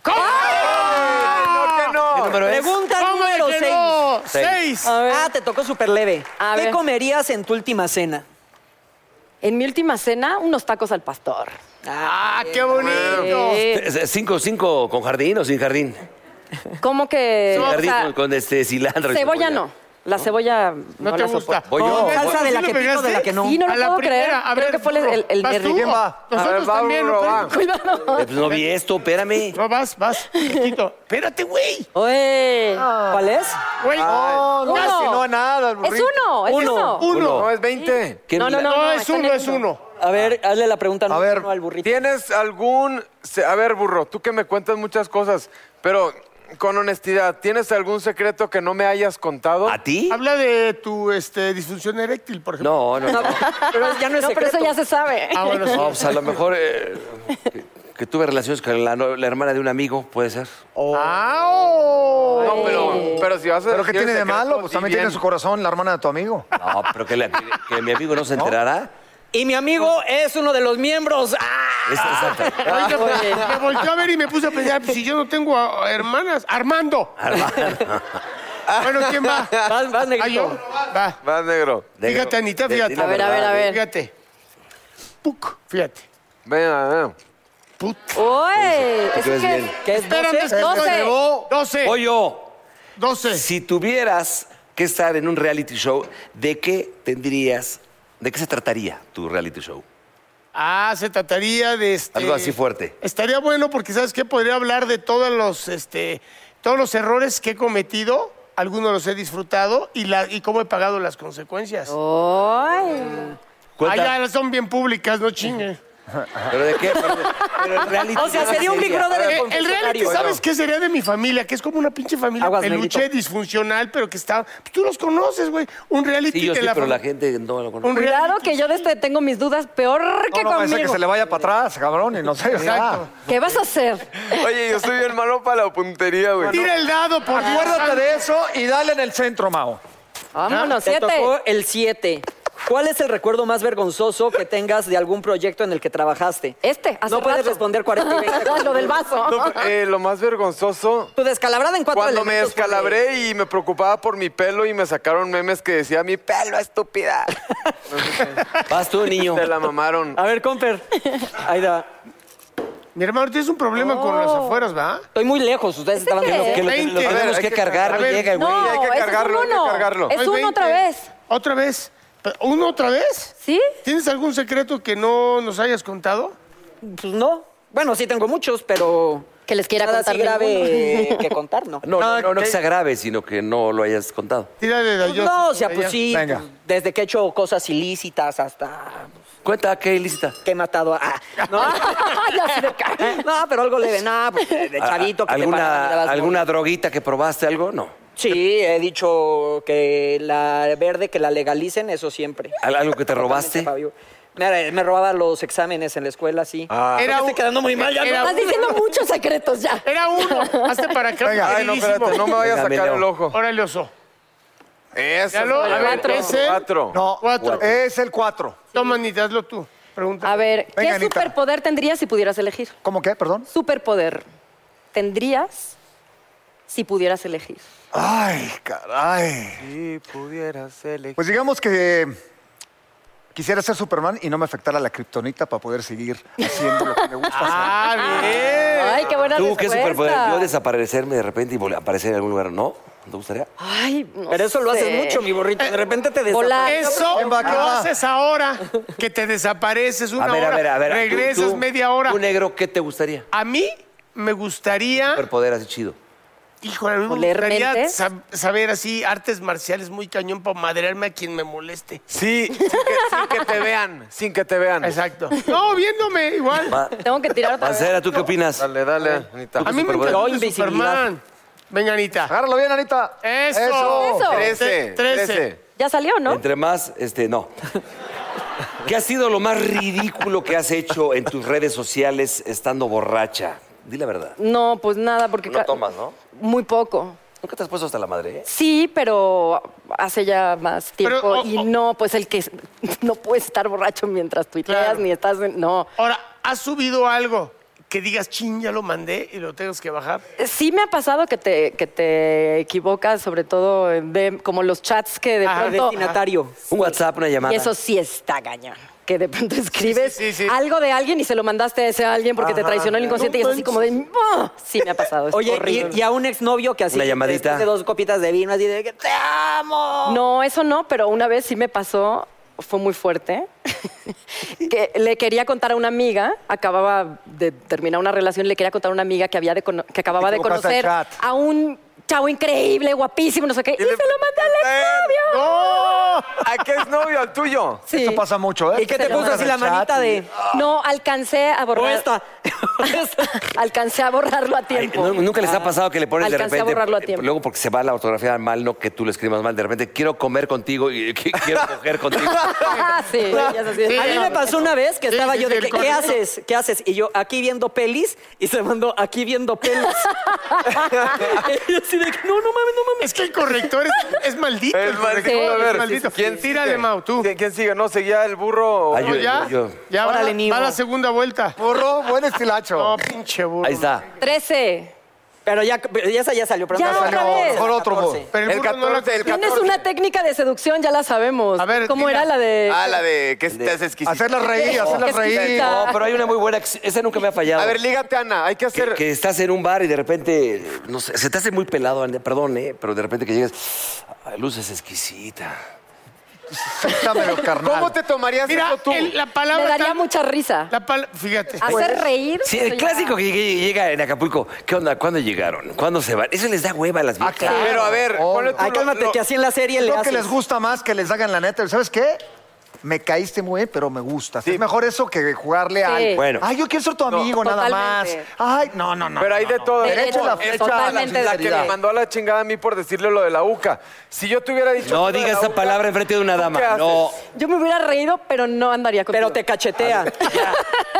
[SPEAKER 3] ¿Cómo?
[SPEAKER 7] No, que no.
[SPEAKER 5] ¿Qué número es?
[SPEAKER 6] Pregunta
[SPEAKER 3] ¿Cómo
[SPEAKER 6] número
[SPEAKER 3] que
[SPEAKER 6] 6.
[SPEAKER 3] no?
[SPEAKER 5] Seis.
[SPEAKER 3] Seis.
[SPEAKER 9] A ver,
[SPEAKER 6] Ah, te tocó súper leve.
[SPEAKER 9] A
[SPEAKER 6] ¿Qué
[SPEAKER 9] ver.
[SPEAKER 6] comerías en tu última cena?
[SPEAKER 9] en mi última cena, unos tacos al pastor.
[SPEAKER 3] Ah, qué bonito.
[SPEAKER 9] Eh,
[SPEAKER 5] Eh, Cinco, cinco con jardín o sin jardín.
[SPEAKER 9] ¿Cómo que...?
[SPEAKER 5] Sin
[SPEAKER 9] o
[SPEAKER 5] jardín
[SPEAKER 9] sea,
[SPEAKER 5] con, con este cilantro. y
[SPEAKER 9] cebolla no. La cebolla no,
[SPEAKER 3] No, te
[SPEAKER 9] la
[SPEAKER 3] gusta.
[SPEAKER 9] soporto.
[SPEAKER 5] Voy yo.
[SPEAKER 3] Con
[SPEAKER 6] Salsa de la
[SPEAKER 3] ¿Sí
[SPEAKER 6] que
[SPEAKER 3] le
[SPEAKER 6] pico, de la que no.
[SPEAKER 9] Sí, no lo
[SPEAKER 3] a la
[SPEAKER 9] puedo
[SPEAKER 3] primera,
[SPEAKER 9] creer.
[SPEAKER 3] a ver.
[SPEAKER 9] Creo que fue el- el- el
[SPEAKER 3] ¿vas
[SPEAKER 9] de
[SPEAKER 3] tú?
[SPEAKER 9] Ricky.
[SPEAKER 7] A ver,
[SPEAKER 3] Nosotros
[SPEAKER 7] va,
[SPEAKER 3] también.
[SPEAKER 7] Bruno,
[SPEAKER 3] no,
[SPEAKER 7] va.
[SPEAKER 9] Cuidado.
[SPEAKER 5] Eh, pues no vi esto, espérame.
[SPEAKER 3] No, vas, vas. Chiquito. Espérate, güey.
[SPEAKER 6] Oye,
[SPEAKER 9] Ah.
[SPEAKER 6] ¿Cuál es?
[SPEAKER 3] Güey.
[SPEAKER 7] No, no,
[SPEAKER 9] Uno.
[SPEAKER 7] si no a nada. el
[SPEAKER 9] Es
[SPEAKER 7] burrito.
[SPEAKER 9] uno, es
[SPEAKER 6] Uno.
[SPEAKER 9] uno.
[SPEAKER 3] Uno.
[SPEAKER 7] No, es 20.
[SPEAKER 5] ¿Qué
[SPEAKER 9] No, no, no.
[SPEAKER 3] No, es
[SPEAKER 9] está en
[SPEAKER 3] uno,
[SPEAKER 9] el
[SPEAKER 3] es uno.
[SPEAKER 6] A ver, hazle la pregunta número
[SPEAKER 7] ver,
[SPEAKER 6] uno al burrito.
[SPEAKER 7] ¿Tienes algún... se- A ver, burro, tú que me cuentas muchas cosas, pero con honestidad, ¿tienes algún secreto que no me hayas contado?
[SPEAKER 5] ¿A ti?
[SPEAKER 3] Habla de tu este, disfunción eréctil, por
[SPEAKER 5] No,
[SPEAKER 3] ejemplo.
[SPEAKER 5] no, no.
[SPEAKER 6] Pero ya no es
[SPEAKER 9] No, pero eso
[SPEAKER 6] secreto.
[SPEAKER 9] ya se sabe.
[SPEAKER 3] Ah, bueno, sí.
[SPEAKER 5] No, pues a lo mejor eh, que, que tuve relaciones con la, no- la hermana de un amigo, puede ser.
[SPEAKER 3] Ah, oh.
[SPEAKER 7] No, pero, pero si vas a
[SPEAKER 4] ¿Pero qué
[SPEAKER 7] decir
[SPEAKER 4] tiene de
[SPEAKER 7] secretos,
[SPEAKER 4] malo? Pues
[SPEAKER 7] di
[SPEAKER 4] también
[SPEAKER 7] bien.
[SPEAKER 4] tiene en su corazón la hermana de tu amigo.
[SPEAKER 5] No, pero que, la- que- que mi amigo no se enterará.
[SPEAKER 6] Y mi amigo es uno de los miembros. ¡Ah!
[SPEAKER 5] Es- exacto.
[SPEAKER 3] Oiga, me volteó a ver y me puse a pensar, pues, si yo no tengo a- a hermanas. Armando. bueno, ¿quién va?
[SPEAKER 6] Vas, vas, negrito.
[SPEAKER 3] Ah, yo. Va.
[SPEAKER 7] Vas, negro.
[SPEAKER 5] Negro.
[SPEAKER 3] Fíjate, Anita,
[SPEAKER 5] Di- di
[SPEAKER 3] fíjate.
[SPEAKER 5] la
[SPEAKER 9] A ver, a ver,
[SPEAKER 5] verdad, eh.
[SPEAKER 9] a ver.
[SPEAKER 3] Fíjate. Puc, fíjate.
[SPEAKER 7] Venga, venga.
[SPEAKER 3] Put.
[SPEAKER 9] Uy, ¿eso
[SPEAKER 5] crees
[SPEAKER 9] qué
[SPEAKER 5] bien.
[SPEAKER 6] ¿Qué es?
[SPEAKER 3] Espérame,
[SPEAKER 6] doce?
[SPEAKER 3] es que
[SPEAKER 9] doce.
[SPEAKER 3] me llevó 12.
[SPEAKER 5] Oye, yo,
[SPEAKER 3] 12.
[SPEAKER 5] si tuvieras que estar en un reality show, ¿de qué tendrías, de qué se trataría tu reality show?
[SPEAKER 3] Ah, se trataría de este.
[SPEAKER 5] Algo así fuerte.
[SPEAKER 3] Estaría bueno porque, ¿sabes qué? Podría hablar de todos los, este, todos los errores que he cometido, algunos los he disfrutado y, la, y cómo he pagado las consecuencias.
[SPEAKER 9] Oh. ¡Ay!
[SPEAKER 3] Allá son bien públicas, no chingue.
[SPEAKER 5] ¿Pero de qué? Pero, pero el reality
[SPEAKER 6] O sea,
[SPEAKER 5] no
[SPEAKER 6] sería un Big Brother del
[SPEAKER 3] Eh, El
[SPEAKER 6] confesionario.
[SPEAKER 3] reality, ¿sabes qué sería de mi familia? Que es como una pinche familia
[SPEAKER 5] Aguas,
[SPEAKER 3] peluche
[SPEAKER 5] negrito.
[SPEAKER 3] disfuncional, pero que está. pues, tú los conoces, güey. Un reality
[SPEAKER 5] Sí, yo
[SPEAKER 3] de
[SPEAKER 5] sí,
[SPEAKER 3] la
[SPEAKER 5] pero la
[SPEAKER 3] fam-
[SPEAKER 5] gente no lo conoce.
[SPEAKER 3] Un reality.
[SPEAKER 9] Cuidado que yo de este tengo mis dudas peor que
[SPEAKER 10] No, no, ese que
[SPEAKER 9] conmigo.
[SPEAKER 10] se le vaya para atrás, cabrón, y no sé.
[SPEAKER 3] Exacto.
[SPEAKER 9] ¿Qué vas a hacer?
[SPEAKER 7] Oye, yo soy bien malo para la puntería, güey.
[SPEAKER 3] Tira el dado, por
[SPEAKER 10] ya. Acuérdate de eso y dale en el centro, Mao.
[SPEAKER 9] Vámonos,
[SPEAKER 6] Te
[SPEAKER 9] siete.
[SPEAKER 6] tocó el 7. ¿Cuál es el recuerdo más vergonzoso que tengas de algún proyecto en el que trabajaste?
[SPEAKER 9] Este, hace
[SPEAKER 6] No puedes
[SPEAKER 9] rato.
[SPEAKER 6] responder 40 y 20.
[SPEAKER 9] Lo del vaso.
[SPEAKER 7] No, eh, lo más vergonzoso.
[SPEAKER 6] Tu descalabrada en cuatro
[SPEAKER 7] Cuando me
[SPEAKER 6] elementos, porque-
[SPEAKER 7] descalabré y me preocupaba por mi pelo y me sacaron memes que decía mi pelo estúpida.
[SPEAKER 5] Vas tú, niño.
[SPEAKER 7] Te la mamaron.
[SPEAKER 6] A ver, Comper. Aida,
[SPEAKER 3] Mi hermano, tienes un problema con las afueras, ¿va?
[SPEAKER 6] estoy muy lejos. Ustedes estaban
[SPEAKER 9] ¿Qué
[SPEAKER 6] viendo
[SPEAKER 9] es?
[SPEAKER 6] que lo-
[SPEAKER 3] Veinte.
[SPEAKER 5] Lo
[SPEAKER 3] A ver,
[SPEAKER 5] tenemos
[SPEAKER 3] hay
[SPEAKER 5] que
[SPEAKER 3] que
[SPEAKER 5] cargar,
[SPEAKER 3] cargar. A ver.
[SPEAKER 5] llega el güey.
[SPEAKER 9] No,
[SPEAKER 10] hay que
[SPEAKER 9] ese es
[SPEAKER 10] cargarlo, hay que
[SPEAKER 9] uno.
[SPEAKER 10] cargarlo.
[SPEAKER 9] Es uno otra vez.
[SPEAKER 3] ¿Otra vez? Pero, ¿Uno otra vez?
[SPEAKER 9] ¿Sí?
[SPEAKER 3] ¿Tienes algún secreto que no nos hayas contado?
[SPEAKER 6] Pues no. Bueno, sí tengo muchos, pero...
[SPEAKER 9] Que les quiera
[SPEAKER 6] nada
[SPEAKER 9] contar
[SPEAKER 6] así grave
[SPEAKER 9] ninguno.
[SPEAKER 6] que contar, ¿no?
[SPEAKER 5] No, no, no, no que
[SPEAKER 6] que-
[SPEAKER 5] sea grave, sino que no lo hayas contado.
[SPEAKER 3] Tira de
[SPEAKER 6] Pues
[SPEAKER 3] Dayo.
[SPEAKER 6] no, o sea, pues sí.
[SPEAKER 10] Venga.
[SPEAKER 6] Desde que he hecho cosas ilícitas hasta pues,
[SPEAKER 5] Cuenta, qué ilícita.
[SPEAKER 6] que he matado a... ah, no. ¿eh? no, pero algo leve. No, pues de
[SPEAKER 3] Ah,
[SPEAKER 6] de chavito que te pagaban y
[SPEAKER 5] ¿Alguna,
[SPEAKER 6] dabas
[SPEAKER 5] alguna droguita que probaste, algo? No.
[SPEAKER 6] Sí, he dicho que la verde, que la legalicen, eso siempre.
[SPEAKER 5] ¿Al- ¿Algo que te robaste?
[SPEAKER 6] Fabio. Mira, me robaba los exámenes en la escuela, sí.
[SPEAKER 5] Ah.
[SPEAKER 3] Era
[SPEAKER 6] estoy
[SPEAKER 3] un-
[SPEAKER 6] quedando muy mal, ya no.
[SPEAKER 3] era
[SPEAKER 9] Estás
[SPEAKER 3] uno.
[SPEAKER 9] diciendo muchos secretos ya.
[SPEAKER 3] Era uno. Hazte para acá,
[SPEAKER 10] Venga.
[SPEAKER 7] Ay, no, espérate, no me vayas a
[SPEAKER 5] Venga,
[SPEAKER 7] sacar
[SPEAKER 5] Leo.
[SPEAKER 7] el ojo.
[SPEAKER 3] Órale, oso.
[SPEAKER 7] Eso.
[SPEAKER 3] Ya lo-
[SPEAKER 7] güey.
[SPEAKER 3] a ver,
[SPEAKER 7] Cuatro.
[SPEAKER 3] ese-
[SPEAKER 7] Cuatro.
[SPEAKER 10] No,
[SPEAKER 3] Cuatro. Eh,
[SPEAKER 10] es el cuatro.
[SPEAKER 3] Toma, Anita, hazlo tú. Pregunta.
[SPEAKER 9] A ver, ¿qué
[SPEAKER 10] Venga, Anita.
[SPEAKER 9] superpoder tendrías si pudieras elegir?
[SPEAKER 10] ¿Cómo qué? Perdón.
[SPEAKER 9] Superpoder tendrías si pudieras elegir.
[SPEAKER 10] Ay, caray.
[SPEAKER 7] Si pudieras elegir.
[SPEAKER 10] Pues digamos que quisiera ser Superman y no me afectara la kriptonita para poder seguir haciendo lo que me gusta hacer.
[SPEAKER 3] Ah, bien.
[SPEAKER 9] Ay, qué buena
[SPEAKER 5] ¿Tú qué
[SPEAKER 9] respuesta.
[SPEAKER 5] superpoder? Yo desaparecerme de repente y vol- aparecer en algún lugar. ¿No? ¿Te gustaría?
[SPEAKER 9] Ay, no
[SPEAKER 6] Pero eso lo haces
[SPEAKER 9] sé.
[SPEAKER 6] mucho, mi borrito. De repente te
[SPEAKER 5] Ah,
[SPEAKER 9] Volar.
[SPEAKER 6] desapareces.
[SPEAKER 3] Eso
[SPEAKER 10] ¿Quién va a
[SPEAKER 3] lo
[SPEAKER 10] acabar?
[SPEAKER 3] haces ahora, que te desapareces una
[SPEAKER 5] a ver,
[SPEAKER 3] hora,
[SPEAKER 5] a ver, a ver. tú-
[SPEAKER 3] regresas
[SPEAKER 5] tú, e-
[SPEAKER 3] media hora.
[SPEAKER 5] ¿Tú, negro, qué te gustaría?
[SPEAKER 3] A mí me
[SPEAKER 9] ¿Ah?
[SPEAKER 3] gustaría,
[SPEAKER 5] Superpoder así chido.
[SPEAKER 3] híjole, a mí me
[SPEAKER 9] ¿Oler
[SPEAKER 3] gustaría
[SPEAKER 9] mentes?
[SPEAKER 3] sab- saber así artes marciales muy cañón para madrearme a quien me moleste.
[SPEAKER 7] Sí, sin que, sin que te vean, sin que te vean.
[SPEAKER 3] Exacto. No, viéndome igual.
[SPEAKER 5] Ma-
[SPEAKER 9] Tengo que tirar otra vez.
[SPEAKER 5] Mancera, ¿tú qué opinas?
[SPEAKER 7] Dale, dale, Anita.
[SPEAKER 3] A mí me
[SPEAKER 5] superpoder.
[SPEAKER 3] encantó
[SPEAKER 5] No,
[SPEAKER 3] el de
[SPEAKER 5] invisibilidad.
[SPEAKER 3] Superman. Venga, Anita.
[SPEAKER 10] Agárralo bien, Anita.
[SPEAKER 3] Eso.
[SPEAKER 9] Eso.
[SPEAKER 7] Trece,
[SPEAKER 3] Trece.
[SPEAKER 7] trece.
[SPEAKER 9] Ya salió, ¿no?
[SPEAKER 5] Entre más, este, no. ¿Qué ha sido lo más ridículo que has hecho en tus redes sociales estando borracha? Di la verdad.
[SPEAKER 9] No, pues nada, porque...
[SPEAKER 5] No
[SPEAKER 9] ca-
[SPEAKER 5] tomas, ¿no?
[SPEAKER 9] Muy poco.
[SPEAKER 5] Nunca te has puesto hasta la madre, ¿eh?
[SPEAKER 9] Sí, pero hace ya más tiempo.
[SPEAKER 3] Pero, oh, o-
[SPEAKER 9] y
[SPEAKER 3] o-
[SPEAKER 9] no, pues el que es- no puedes estar borracho mientras tuiteas
[SPEAKER 3] Claro.
[SPEAKER 9] ni estás. en- No.
[SPEAKER 3] Ahora, ¿has subido algo que digas, chin, ya lo mandé y lo tengas que bajar?
[SPEAKER 9] Sí me ha pasado que te, que te equivocas, sobre todo en de- como los chats que de
[SPEAKER 3] Ajá,
[SPEAKER 9] pronto...
[SPEAKER 6] destinatario.
[SPEAKER 5] Un WhatsApp, una llamada.
[SPEAKER 9] Y eso sí está gañón. Que de pronto escribes
[SPEAKER 3] sí, sí, sí.
[SPEAKER 9] algo de alguien y se lo mandaste a ese alguien porque te traicionó el inconsciente y es así como de... "Ah". Sí me ha pasado. es
[SPEAKER 6] Oye,
[SPEAKER 9] horrible.
[SPEAKER 6] y, y a un exnovio que así
[SPEAKER 5] Una
[SPEAKER 6] que
[SPEAKER 5] llamadita.
[SPEAKER 6] después de dos copitas de vino, así de que te amo.
[SPEAKER 9] No, eso no, pero una vez sí me pasó, fue muy fuerte, que le quería contar a una amiga, acababa de terminar una relación, le quería contar a una amiga que, había de cono- que acababa
[SPEAKER 10] Te
[SPEAKER 9] de
[SPEAKER 10] equivocaste al
[SPEAKER 9] conocer
[SPEAKER 10] chat.
[SPEAKER 9] a un chavo increíble, guapísimo, no sé qué, y,
[SPEAKER 7] le-
[SPEAKER 9] se lo mandé al exnovio.
[SPEAKER 7] ¡No! ¿A qué es novio? ¿Al tuyo?
[SPEAKER 9] Sí.
[SPEAKER 10] Eso pasa mucho, ¿eh?
[SPEAKER 6] ¿Y qué te
[SPEAKER 9] Se lo
[SPEAKER 6] puso así la
[SPEAKER 10] mandas al
[SPEAKER 6] manita
[SPEAKER 10] chat y-
[SPEAKER 6] de...? "Ah"?
[SPEAKER 9] No, alcancé a borrar.
[SPEAKER 6] O esta.
[SPEAKER 9] alcancé a borrarlo a
[SPEAKER 5] Ay,
[SPEAKER 9] tiempo. Ah.
[SPEAKER 5] ¿nu- ¿Nunca les ha pasado que le pones de
[SPEAKER 9] Alcancé
[SPEAKER 5] repente... eh,
[SPEAKER 9] a borrarlo a tiempo.
[SPEAKER 5] Luego porque se va la ortografía mal, no que tú lo escribas mal. De repente, quiero comer contigo y qui- quiero coger contigo.
[SPEAKER 9] Ah, sí, ya sé, sí.
[SPEAKER 6] A mí me pasó una vez que
[SPEAKER 3] Sí,
[SPEAKER 6] estaba
[SPEAKER 3] sí,
[SPEAKER 6] yo
[SPEAKER 3] sí,
[SPEAKER 6] de
[SPEAKER 3] el
[SPEAKER 6] que, ¿qué
[SPEAKER 3] correo.
[SPEAKER 6] haces? ¿Qué haces? Y yo aquí viendo pelis y se mandó aquí viendo pelis. y yo así de que no, no mames, no mames.
[SPEAKER 3] Es que el corrector es, es maldito. el
[SPEAKER 7] Es Eh, maldito,
[SPEAKER 3] corrector
[SPEAKER 7] a
[SPEAKER 3] es
[SPEAKER 7] ver.
[SPEAKER 3] maldito.
[SPEAKER 7] ¿Quién
[SPEAKER 3] Tira de
[SPEAKER 7] sigue?
[SPEAKER 3] Mau, tú.
[SPEAKER 7] ¿Qui- ¿Quién sigue? ¿No seguía el burro?
[SPEAKER 5] Ay,
[SPEAKER 3] No,
[SPEAKER 5] yo-
[SPEAKER 3] ya,
[SPEAKER 5] yo-
[SPEAKER 3] ya va,
[SPEAKER 6] Órale, Nimo.
[SPEAKER 3] va la segunda vuelta.
[SPEAKER 10] Burro, buen estilacho.
[SPEAKER 3] No, pinche burro.
[SPEAKER 5] Ahí está.
[SPEAKER 9] 13.
[SPEAKER 6] Pero ya, pero ya esa ya salió, pero
[SPEAKER 9] Ya
[SPEAKER 6] no
[SPEAKER 9] otra
[SPEAKER 6] salió.
[SPEAKER 9] vez.
[SPEAKER 10] Mejor otro, burro.
[SPEAKER 6] 14.
[SPEAKER 3] Pero el,
[SPEAKER 7] El
[SPEAKER 3] burro no la
[SPEAKER 7] 14, el
[SPEAKER 3] consiguió.
[SPEAKER 9] Tienes una técnica de seducción, ya la sabemos.
[SPEAKER 3] A ver,
[SPEAKER 9] ¿Cómo
[SPEAKER 3] tira.
[SPEAKER 9] era la de...?
[SPEAKER 7] Ah, la de que estás exquisita.
[SPEAKER 10] Hacerlas reír, hacerlas reír.
[SPEAKER 5] No,
[SPEAKER 9] Exquisita.
[SPEAKER 5] pero hay una muy buena... que- Esa nunca me ha fallado.
[SPEAKER 7] A ver, lígate, Ana. Hay que
[SPEAKER 5] que,
[SPEAKER 7] hacer...
[SPEAKER 5] que estás en un bar y de repente, no sé, se te hace muy pelado, Ana, perdón, ¿eh? pero de repente que llegas, "Ay, luces exquisita.
[SPEAKER 4] Suéltamelo, carnal.
[SPEAKER 7] ¿Cómo te tomarías
[SPEAKER 3] Mira,
[SPEAKER 7] eso tú?
[SPEAKER 3] el- la palabra
[SPEAKER 9] Me daría
[SPEAKER 3] tan-
[SPEAKER 9] mucha risa.
[SPEAKER 3] La pal- Fíjate.
[SPEAKER 9] Hacer
[SPEAKER 6] pues,
[SPEAKER 9] reír.
[SPEAKER 5] Sí, el
[SPEAKER 9] soy-
[SPEAKER 5] clásico que llega- llega en Acapulco. ¿Qué onda? ¿Cuándo llegaron? ¿Cuándo se van? Eso les da hueva a las viejas.
[SPEAKER 7] Ah, Pero a ver,
[SPEAKER 3] Oh,
[SPEAKER 7] ponle tú
[SPEAKER 10] Ay,
[SPEAKER 7] lo-
[SPEAKER 10] cálmate,
[SPEAKER 7] lo-
[SPEAKER 10] que
[SPEAKER 6] Ah, así en la serie
[SPEAKER 10] Creo
[SPEAKER 6] le
[SPEAKER 10] que
[SPEAKER 6] hacen.
[SPEAKER 10] les gusta más que les hagan la neta. ¿Sabes qué? Me caíste muy bien, pero me gusta. Es mejor eso que jugarle
[SPEAKER 9] Sí.
[SPEAKER 10] al.
[SPEAKER 5] Bueno.
[SPEAKER 10] Ay, yo quiero ser tu amigo, nada más.
[SPEAKER 9] Totalmente.
[SPEAKER 10] Ay, no, no, no.
[SPEAKER 7] Pero hay
[SPEAKER 10] no,
[SPEAKER 7] de
[SPEAKER 10] no.
[SPEAKER 7] todo. ¿eh?
[SPEAKER 9] De
[SPEAKER 7] Derecho a
[SPEAKER 9] hecho,
[SPEAKER 7] la,
[SPEAKER 9] es
[SPEAKER 7] fecha,
[SPEAKER 9] totalmente
[SPEAKER 7] la
[SPEAKER 9] de
[SPEAKER 7] que
[SPEAKER 9] verdad.
[SPEAKER 7] me mandó a la chingada a mí por decirle lo de la UCA. Si yo te hubiera dicho.
[SPEAKER 5] No
[SPEAKER 7] lo de la
[SPEAKER 5] digas esa
[SPEAKER 7] UCA,
[SPEAKER 5] palabra enfrente de una
[SPEAKER 7] ¿tú
[SPEAKER 5] dama.
[SPEAKER 7] qué haces?
[SPEAKER 5] No.
[SPEAKER 9] Yo me hubiera reído, pero no andaría con
[SPEAKER 6] Pero te cachetea.
[SPEAKER 5] Ya,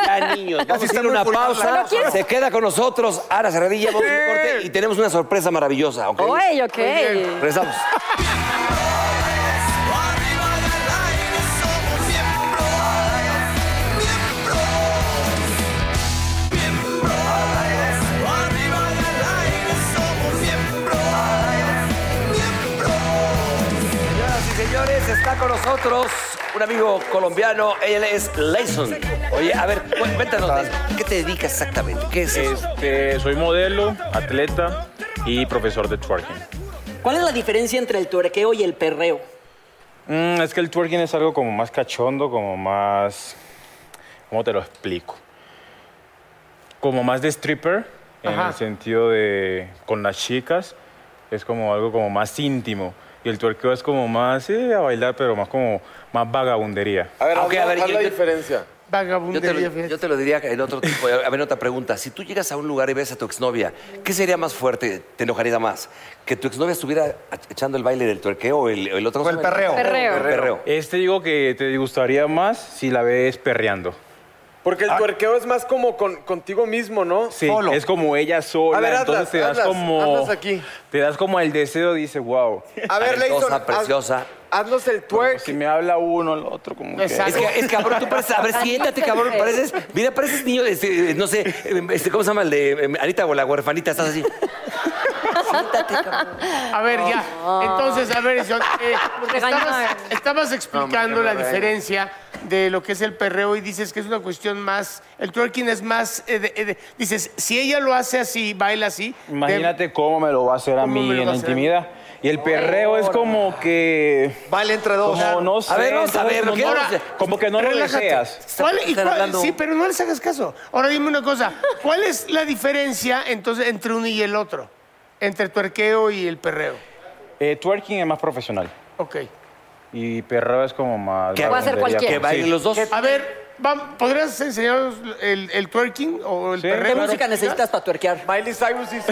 [SPEAKER 5] ya, niños, vamos a ir a una pausa.
[SPEAKER 9] la zona.
[SPEAKER 5] Se queda con nosotros Ara Cerradilla, vamos a un corte y tenemos una sorpresa maravillosa, ¿ok?
[SPEAKER 9] Oye, ok.
[SPEAKER 5] Regresamos.
[SPEAKER 2] Arriba en el aire somos miembros, miembros, miembros. Arriba en el aire somos miembros, miembros.
[SPEAKER 5] Señoras y señores, está con nosotros un amigo colombiano, él es Layson. Oye, a ver, cu- cuéntanos, Layson, ¿qué te dedicas exactamente? ¿Qué es eso?
[SPEAKER 11] Este, soy modelo, atleta y profesor de twerking.
[SPEAKER 6] ¿Cuál es la diferencia entre el tuerqueo y el perreo?
[SPEAKER 11] Mm, es que el twerking es algo como más cachondo, como más... ¿Cómo te lo explico? Como más de stripper, en el sentido de con las chicas, es como algo como más íntimo. Y el twerkeo es como más eh, a bailar, pero más como más vagabundería.
[SPEAKER 7] A ver,
[SPEAKER 5] Ah, ok,
[SPEAKER 7] haz,
[SPEAKER 5] a ver,
[SPEAKER 7] haz
[SPEAKER 5] yo-
[SPEAKER 7] la
[SPEAKER 5] yo-
[SPEAKER 7] diferencia.
[SPEAKER 5] Yo te,
[SPEAKER 3] Vagabundería,
[SPEAKER 5] lo,
[SPEAKER 3] fíjate.
[SPEAKER 5] yo te lo diría en otro tipo. A ver, otra pregunta. Si tú llegas a un lugar y ves a tu exnovia, ¿qué sería más fuerte? ¿Te enojaría más? ¿Que tu exnovia estuviera echando el baile del tuerqueo o el, el otro?
[SPEAKER 10] O el perreo.
[SPEAKER 9] Perreo.
[SPEAKER 5] El perreo.
[SPEAKER 11] Este digo que te gustaría más si la ves perreando.
[SPEAKER 7] Porque el tuerqueo es más como con- contigo mismo, ¿no?
[SPEAKER 11] Ah. Sí,
[SPEAKER 10] Solo.
[SPEAKER 11] es como ella sola,
[SPEAKER 7] A ver, hazlas,
[SPEAKER 11] entonces te das
[SPEAKER 7] hazlas,
[SPEAKER 11] como
[SPEAKER 7] hazlas aquí.
[SPEAKER 11] te das como el deseo dice, "Wow."
[SPEAKER 7] A ver,
[SPEAKER 5] Talentosa,
[SPEAKER 7] Layson. haz-
[SPEAKER 5] preciosa.
[SPEAKER 7] Haznos el twerk.
[SPEAKER 11] Si me habla uno, el otro como
[SPEAKER 3] Exacto.
[SPEAKER 5] Es que, es cabrón, tú pareces, a ver, siéntate, cabrón, pareces, mira, pareces niño, de, este, no sé, este, ¿cómo se llama el de eh, Anita o la huerfanita? Estás así. Siéntate, cabrón.
[SPEAKER 3] A ver, ya. Entonces, a ver, John, eh, estabas,
[SPEAKER 9] regañaron.
[SPEAKER 3] estabas explicando
[SPEAKER 7] Hombre,
[SPEAKER 3] la
[SPEAKER 7] me regañó.
[SPEAKER 3] diferencia de lo que es el perreo y dices que es una cuestión más. El twerking es más. eh, de- eh, de- dices, si ella lo hace así, baila así. de-
[SPEAKER 11] Imagínate cómo me lo va a hacer a
[SPEAKER 3] ¿Cómo me
[SPEAKER 11] mí
[SPEAKER 3] lo
[SPEAKER 11] en
[SPEAKER 3] va
[SPEAKER 11] la
[SPEAKER 3] a hacer a mí?
[SPEAKER 11] intimidad. Y el perreo es como que
[SPEAKER 10] Vale entre dos.
[SPEAKER 11] como no sé,
[SPEAKER 5] ver, vamos a
[SPEAKER 11] no-
[SPEAKER 5] ver,
[SPEAKER 11] no-
[SPEAKER 5] ¿qué
[SPEAKER 11] no-
[SPEAKER 5] vamos a-
[SPEAKER 11] como que no lo
[SPEAKER 3] Relájate.
[SPEAKER 11] deseas.
[SPEAKER 3] ¿Cuál- y
[SPEAKER 5] están
[SPEAKER 3] cuál-
[SPEAKER 5] hablando-
[SPEAKER 3] sí, pero no les hagas caso. Ahora dime una cosa. ¿Cuál es la diferencia entonces entre uno y el otro? Entre el tuerqueo y el perreo.
[SPEAKER 11] Eh, twerking es más profesional
[SPEAKER 3] Ok.
[SPEAKER 11] y perreo es como más
[SPEAKER 5] Que puede
[SPEAKER 9] hacer
[SPEAKER 11] vagabundería,
[SPEAKER 9] cualquiera.
[SPEAKER 5] Que
[SPEAKER 11] como-
[SPEAKER 5] bailen
[SPEAKER 11] sí.
[SPEAKER 5] los dos.
[SPEAKER 3] A ver, vam- ¿podrías enseñarnos el, el twerking o el
[SPEAKER 11] Sí,
[SPEAKER 3] perreo?
[SPEAKER 11] ¿Qué
[SPEAKER 6] ¿Qué
[SPEAKER 11] Claro.
[SPEAKER 6] música necesitas para tuerquear?
[SPEAKER 7] Miley Cyrus hizo,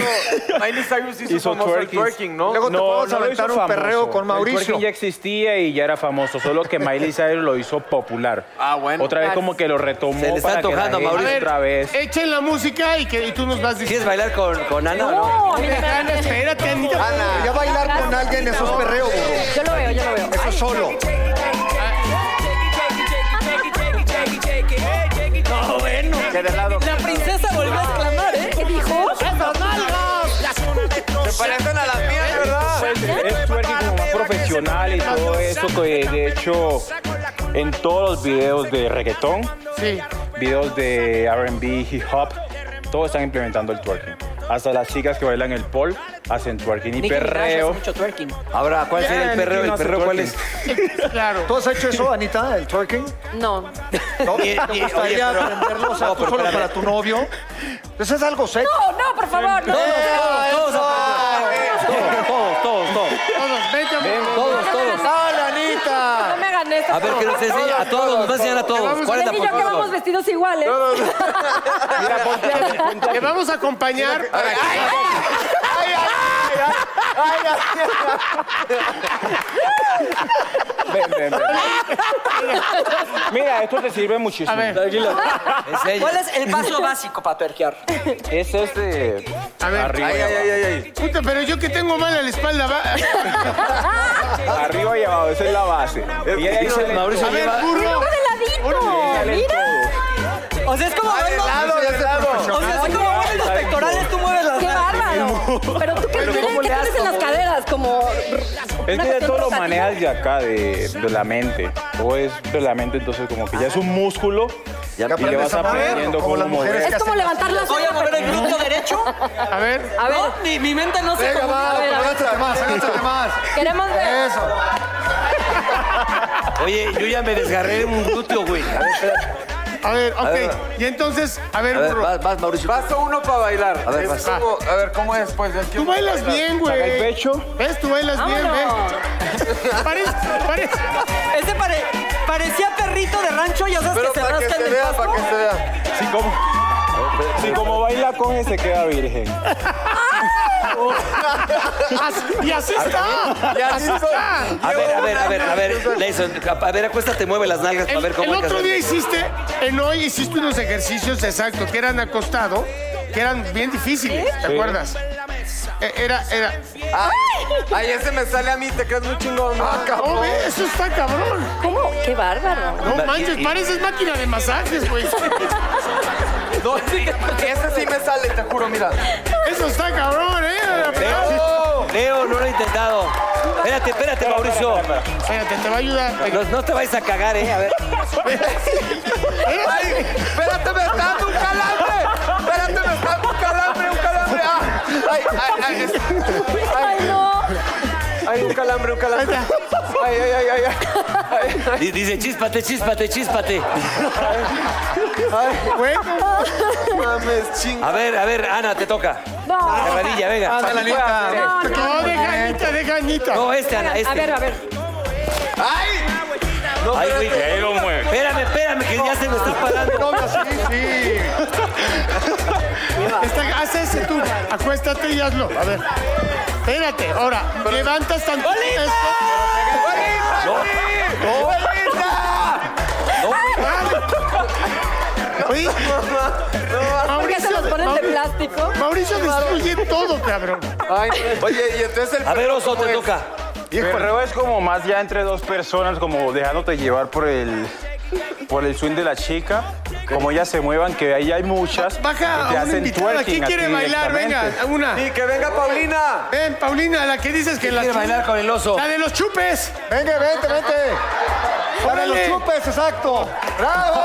[SPEAKER 7] Miley Cyrus hizo,
[SPEAKER 11] Hizo
[SPEAKER 7] famoso el
[SPEAKER 11] twerking.
[SPEAKER 7] twerking, ¿no?
[SPEAKER 10] Luego te podemos
[SPEAKER 11] lo
[SPEAKER 10] aventar
[SPEAKER 11] hizo
[SPEAKER 10] un perreo con
[SPEAKER 11] El
[SPEAKER 10] Mauricio.
[SPEAKER 11] twerking ya existía y ya era famoso, solo que Miley Cyrus lo hizo popular.
[SPEAKER 7] Ah, bueno.
[SPEAKER 11] Otra vez como que lo retomó
[SPEAKER 5] Se le está
[SPEAKER 11] para que la
[SPEAKER 5] antojando a
[SPEAKER 11] gente
[SPEAKER 5] Mauricio.
[SPEAKER 11] otra vez.
[SPEAKER 3] Echen la música y, que, y tú nos vas
[SPEAKER 5] ¿Quieres
[SPEAKER 3] diciendo.
[SPEAKER 5] bailar con, con Ana o no?
[SPEAKER 9] No, a mí me
[SPEAKER 3] Ana,
[SPEAKER 9] encanta.
[SPEAKER 3] espérate, Anita.
[SPEAKER 10] Ya bailar con alguien, eso es perreo, burro.
[SPEAKER 9] Yo lo veo, yo lo veo.
[SPEAKER 10] Eso es solo.
[SPEAKER 6] No, bueno.
[SPEAKER 7] Que de lado.
[SPEAKER 6] La princesa volvió a exclamar, ¿eh? ¿Qué dijo?
[SPEAKER 7] Se parecen a las mías, ¿verdad?
[SPEAKER 11] Pues,
[SPEAKER 5] Pues,
[SPEAKER 11] Es twerking como más profesional y todo eso que de hecho en todos los videos de reggaetón,
[SPEAKER 3] Sí.
[SPEAKER 11] videos de R&B, hip hop, todos están implementando el twerking. Hasta las chicas que bailan el pole hacen twerking y
[SPEAKER 6] Nicki Minaj hace
[SPEAKER 11] perreo.
[SPEAKER 6] mucho twerking.
[SPEAKER 5] Ahora, ¿cuál sería el
[SPEAKER 11] Nicki
[SPEAKER 5] perreo?
[SPEAKER 11] no
[SPEAKER 5] ¿El
[SPEAKER 11] hace
[SPEAKER 5] perreo cuál es?
[SPEAKER 11] twerking.
[SPEAKER 3] Claro.
[SPEAKER 10] ¿Tú has hecho eso, Anita, el twerking?
[SPEAKER 9] No.
[SPEAKER 10] ¿No?
[SPEAKER 5] Y- y-
[SPEAKER 10] ¿Te
[SPEAKER 5] oye,
[SPEAKER 10] gustaría
[SPEAKER 5] pero-
[SPEAKER 10] aprenderlo o sea,
[SPEAKER 5] No,
[SPEAKER 10] tú
[SPEAKER 5] pero
[SPEAKER 10] solo
[SPEAKER 5] espérame.
[SPEAKER 10] para tu novio? Pues es algo sexy.
[SPEAKER 9] No, no, por favor, no.
[SPEAKER 5] Todos, todos, todos, todos, todos, todos.
[SPEAKER 3] Todos, vete, amor.
[SPEAKER 5] Todos, todos.
[SPEAKER 10] ¡Dale, Anita!
[SPEAKER 9] No me hagan esto.
[SPEAKER 5] A ver, que nos enseñe a todos, nos va a enseñar a todos. ¿Cuál es la
[SPEAKER 9] Les digo que vamos
[SPEAKER 5] posición?
[SPEAKER 9] vestidos iguales.
[SPEAKER 3] Te vamos a acompañar.
[SPEAKER 11] Ven, ven, ven. Mira, esto te sirve muchísimo.
[SPEAKER 3] A ver.
[SPEAKER 6] ¿Cuál es el paso básico para tuerquear?
[SPEAKER 11] Es este.
[SPEAKER 3] A ver.
[SPEAKER 11] Arriba, y abajo.
[SPEAKER 3] Puta, pero yo que tengo mal a la espalda. va.
[SPEAKER 11] arriba y abajo, esa es la base.
[SPEAKER 3] Eh,
[SPEAKER 11] Y ahí
[SPEAKER 5] Dice
[SPEAKER 11] se le-
[SPEAKER 5] Mauricio
[SPEAKER 3] A ver,
[SPEAKER 5] lleva...
[SPEAKER 3] burro.
[SPEAKER 9] ¡Ladito! ¡Mira!
[SPEAKER 6] O sea, es como ver los- O sea, así como mueves los pectorales, tú mueves las
[SPEAKER 9] ¡Qué
[SPEAKER 6] nalgas.
[SPEAKER 9] bárbaro! ¿Pero tú qué tienes? ¿Qué tienes en las caderas? Como...
[SPEAKER 11] Es
[SPEAKER 9] una
[SPEAKER 11] que ya
[SPEAKER 9] cuestión
[SPEAKER 11] todo lo
[SPEAKER 9] rotativa.
[SPEAKER 11] manejas de acá, de, de la mente. O es de la mente, entonces como que ya es un músculo
[SPEAKER 5] Ya
[SPEAKER 11] y le
[SPEAKER 5] aprendes
[SPEAKER 11] vas
[SPEAKER 10] a mover,
[SPEAKER 11] aprendiendo
[SPEAKER 10] como
[SPEAKER 11] cómo
[SPEAKER 10] las mujeres
[SPEAKER 11] mover.
[SPEAKER 9] Es como levantar las
[SPEAKER 6] Voy a mover el glúteo derecho.
[SPEAKER 3] A ver.
[SPEAKER 9] A ver,
[SPEAKER 6] No, mi, mi mente no se
[SPEAKER 10] Venga,
[SPEAKER 6] comunica.
[SPEAKER 10] va,
[SPEAKER 9] a ver, a ver.
[SPEAKER 10] agárrate más, agárrate más.
[SPEAKER 9] queremos ver.
[SPEAKER 10] Eso.
[SPEAKER 5] Oye, yo ya me desgarré un glúteo, güey. A ver, espérate.
[SPEAKER 3] A ver, ok.
[SPEAKER 5] A ver.
[SPEAKER 3] y entonces, a ver,
[SPEAKER 5] A ver,
[SPEAKER 3] burro.
[SPEAKER 5] vas, vas, Mauricio.
[SPEAKER 7] Paso uno para bailar.
[SPEAKER 5] A ver,
[SPEAKER 7] Es
[SPEAKER 5] vas.
[SPEAKER 7] como- a ver, ¿cómo es? Pues, aquí
[SPEAKER 3] Tú bailas bien, güey.
[SPEAKER 7] Saca el pecho.
[SPEAKER 3] ¿Ves? Tú bailas bien, ¿ves? Parece, parece.
[SPEAKER 6] Este pare- parecía perrito de rancho, ya sabes
[SPEAKER 7] Pero
[SPEAKER 6] que se
[SPEAKER 7] para que
[SPEAKER 6] rasca
[SPEAKER 7] se
[SPEAKER 6] el
[SPEAKER 7] vea, para que se vea.
[SPEAKER 11] Si como, si como baila coge, se queda virgen.
[SPEAKER 3] Así- Y así está.
[SPEAKER 7] Y así
[SPEAKER 3] así
[SPEAKER 7] soy.
[SPEAKER 3] está.
[SPEAKER 5] A ver, a ver, a ver, a ver, Nelson, a ver, acuéstate, mueve las nalgas para
[SPEAKER 3] El,
[SPEAKER 5] ver cómo
[SPEAKER 3] el
[SPEAKER 5] hay que
[SPEAKER 3] otro día
[SPEAKER 5] hacer.
[SPEAKER 3] hiciste, en hoy hiciste unos ejercicios exactos que eran acostado, que eran bien difíciles, ¿te
[SPEAKER 11] Sí.
[SPEAKER 3] acuerdas? E- Era, era.
[SPEAKER 7] Ay, ese me sale a mí, te crees muy chingón. ¿no?
[SPEAKER 3] No, ve, eso está cabrón.
[SPEAKER 9] ¿Cómo? Qué bárbaro.
[SPEAKER 3] No
[SPEAKER 5] Ma-
[SPEAKER 3] manches,
[SPEAKER 5] y- y-
[SPEAKER 3] pareces máquina de masajes, güey.
[SPEAKER 7] No, sí, ese sí me sale, te juro, mira.
[SPEAKER 3] Eso está cabrón, ¿eh?
[SPEAKER 5] Leo, Leo, no lo he intentado. Espérate, espérate, Mauricio.
[SPEAKER 3] Espérate, te va a ayudar.
[SPEAKER 5] No, no te vayas a cagar, ¿eh? A ver.
[SPEAKER 7] Ay, espérate, me está dando un calambre. Espérate, me está dando un calambre, un calambre. Ah, ay, ay, ay, es- ay.
[SPEAKER 9] Ay, no.
[SPEAKER 7] Ay, un calambre, un calambre. Ay, ay, ay, ay, ay. Ay,
[SPEAKER 5] Di- Dice, chispate, chispate, chispate.
[SPEAKER 7] ay.
[SPEAKER 3] Bueno,
[SPEAKER 7] Mames, chinga.
[SPEAKER 5] A ver, a ver, Ana, te toca.
[SPEAKER 9] No.
[SPEAKER 5] Agarradilla, venga.
[SPEAKER 9] No,
[SPEAKER 3] no,
[SPEAKER 9] no, no.
[SPEAKER 3] deja Anita, deja Anita.
[SPEAKER 5] No, este, Ana,
[SPEAKER 9] A ver,
[SPEAKER 5] este.
[SPEAKER 9] a ver.
[SPEAKER 7] Ay. No,
[SPEAKER 5] Ay, güey.
[SPEAKER 7] espérate.
[SPEAKER 5] Espérame, espérame, que ya se me está parando.
[SPEAKER 3] Sí, sí. Está- Este, haz ese tú. Acuéstate y hazlo. A ver. Espérate, ahora. Levantas tanto.
[SPEAKER 7] ¡Bolita! sí! ¡Bolita!
[SPEAKER 3] esto. Oye,
[SPEAKER 9] ¿Por qué se los ponen de
[SPEAKER 3] Mauricio-
[SPEAKER 9] plástico?
[SPEAKER 3] Mauricio destruye todo, cabrón.
[SPEAKER 7] Ay, oye, y entonces el
[SPEAKER 5] A ver, oso,
[SPEAKER 7] ¿cómo
[SPEAKER 5] te
[SPEAKER 7] es?
[SPEAKER 5] toca.
[SPEAKER 11] Ah, El perreo es como más ya entre dos personas, como dejándote llevar por el, por el swing de la chica. Como ellas se muevan, que ahí hay muchas.
[SPEAKER 3] Baja
[SPEAKER 11] que te
[SPEAKER 3] a una
[SPEAKER 11] hacen
[SPEAKER 3] invitada.
[SPEAKER 11] twerking
[SPEAKER 3] ¿Quién
[SPEAKER 11] a
[SPEAKER 3] quiere
[SPEAKER 11] ti
[SPEAKER 3] bailar? Venga,
[SPEAKER 11] directamente.
[SPEAKER 3] una.
[SPEAKER 7] Sí, que venga Paulina.
[SPEAKER 3] Ven, Paulina, la que dices que la.
[SPEAKER 5] Quiere
[SPEAKER 3] chu-
[SPEAKER 5] bailar con el oso.
[SPEAKER 3] La de los chupes.
[SPEAKER 10] Venga, vente, vente. Para los
[SPEAKER 3] Órale.
[SPEAKER 10] chupes, exacto. ¡Bravo!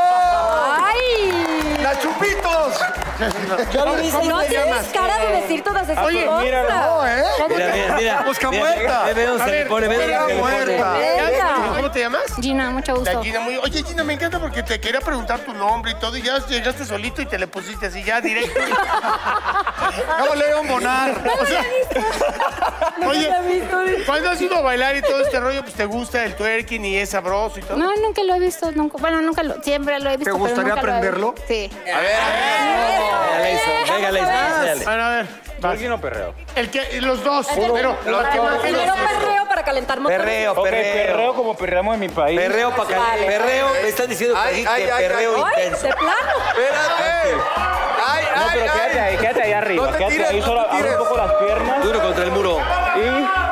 [SPEAKER 9] ¡Ay!
[SPEAKER 10] ¡Las chupitos!
[SPEAKER 9] No tienes cara de decir todas esas
[SPEAKER 3] Oye,
[SPEAKER 9] cosas.
[SPEAKER 3] mira,
[SPEAKER 10] No, ¿eh?
[SPEAKER 5] Mira, mira, mira.
[SPEAKER 10] Mosca
[SPEAKER 5] Mira,
[SPEAKER 10] muerta.
[SPEAKER 5] Ve, ve dónde
[SPEAKER 3] A
[SPEAKER 5] se
[SPEAKER 3] ver,
[SPEAKER 5] le pone, ve
[SPEAKER 3] mira,
[SPEAKER 5] dónde se le pone.
[SPEAKER 3] muerta.
[SPEAKER 9] Venga.
[SPEAKER 3] ¿Cómo te llamas?
[SPEAKER 12] Gina, mucho
[SPEAKER 3] La
[SPEAKER 12] gusto.
[SPEAKER 3] Gina, muy- Oye, Gina, me encanta porque te quería preguntar tu nombre y todo, y ya llegaste solito y te le pusiste así, ya directo.
[SPEAKER 10] Acabo de leer un bonar.
[SPEAKER 3] O sea, oye,
[SPEAKER 9] había visto.
[SPEAKER 3] cuando has ido a bailar y todo este rollo, pues te gusta el twerking y es sabroso y todo.
[SPEAKER 12] No, nunca lo he visto, nunca. Bueno, nunca lo, siempre lo he visto.
[SPEAKER 10] ¿Te
[SPEAKER 12] pero
[SPEAKER 10] gustaría
[SPEAKER 12] nunca lo he-
[SPEAKER 10] aprenderlo?
[SPEAKER 12] Sí.
[SPEAKER 5] Venga, Leison, venga, Leison, dale.
[SPEAKER 3] Bueno, a ver, vas.
[SPEAKER 11] ¿Twerking o perreo?
[SPEAKER 3] El que, los dos,
[SPEAKER 9] Uno,
[SPEAKER 3] pero
[SPEAKER 9] Para- Primero perreo para calentar motores.
[SPEAKER 5] Perreo,
[SPEAKER 11] Ok,
[SPEAKER 5] perreo.
[SPEAKER 11] perreo como perreamos en mi país.
[SPEAKER 5] Perreo para acá.
[SPEAKER 9] Vale.
[SPEAKER 5] Perreo, me están diciendo que
[SPEAKER 7] Ay,
[SPEAKER 5] dijiste
[SPEAKER 7] ay, ay,
[SPEAKER 5] perreo
[SPEAKER 7] ay.
[SPEAKER 9] ¡Ay,
[SPEAKER 5] intenso.
[SPEAKER 9] de plano!
[SPEAKER 7] Espérate. Ay, ay,
[SPEAKER 11] No, pero
[SPEAKER 7] ay.
[SPEAKER 11] quédate ahí, quédate ahí arriba.
[SPEAKER 7] No te
[SPEAKER 11] quédate
[SPEAKER 7] tires,
[SPEAKER 11] ahí, Ah,
[SPEAKER 7] no
[SPEAKER 11] solo
[SPEAKER 7] te
[SPEAKER 11] abre
[SPEAKER 7] tires.
[SPEAKER 11] un poco las piernas
[SPEAKER 5] Duro contra el muro.
[SPEAKER 11] y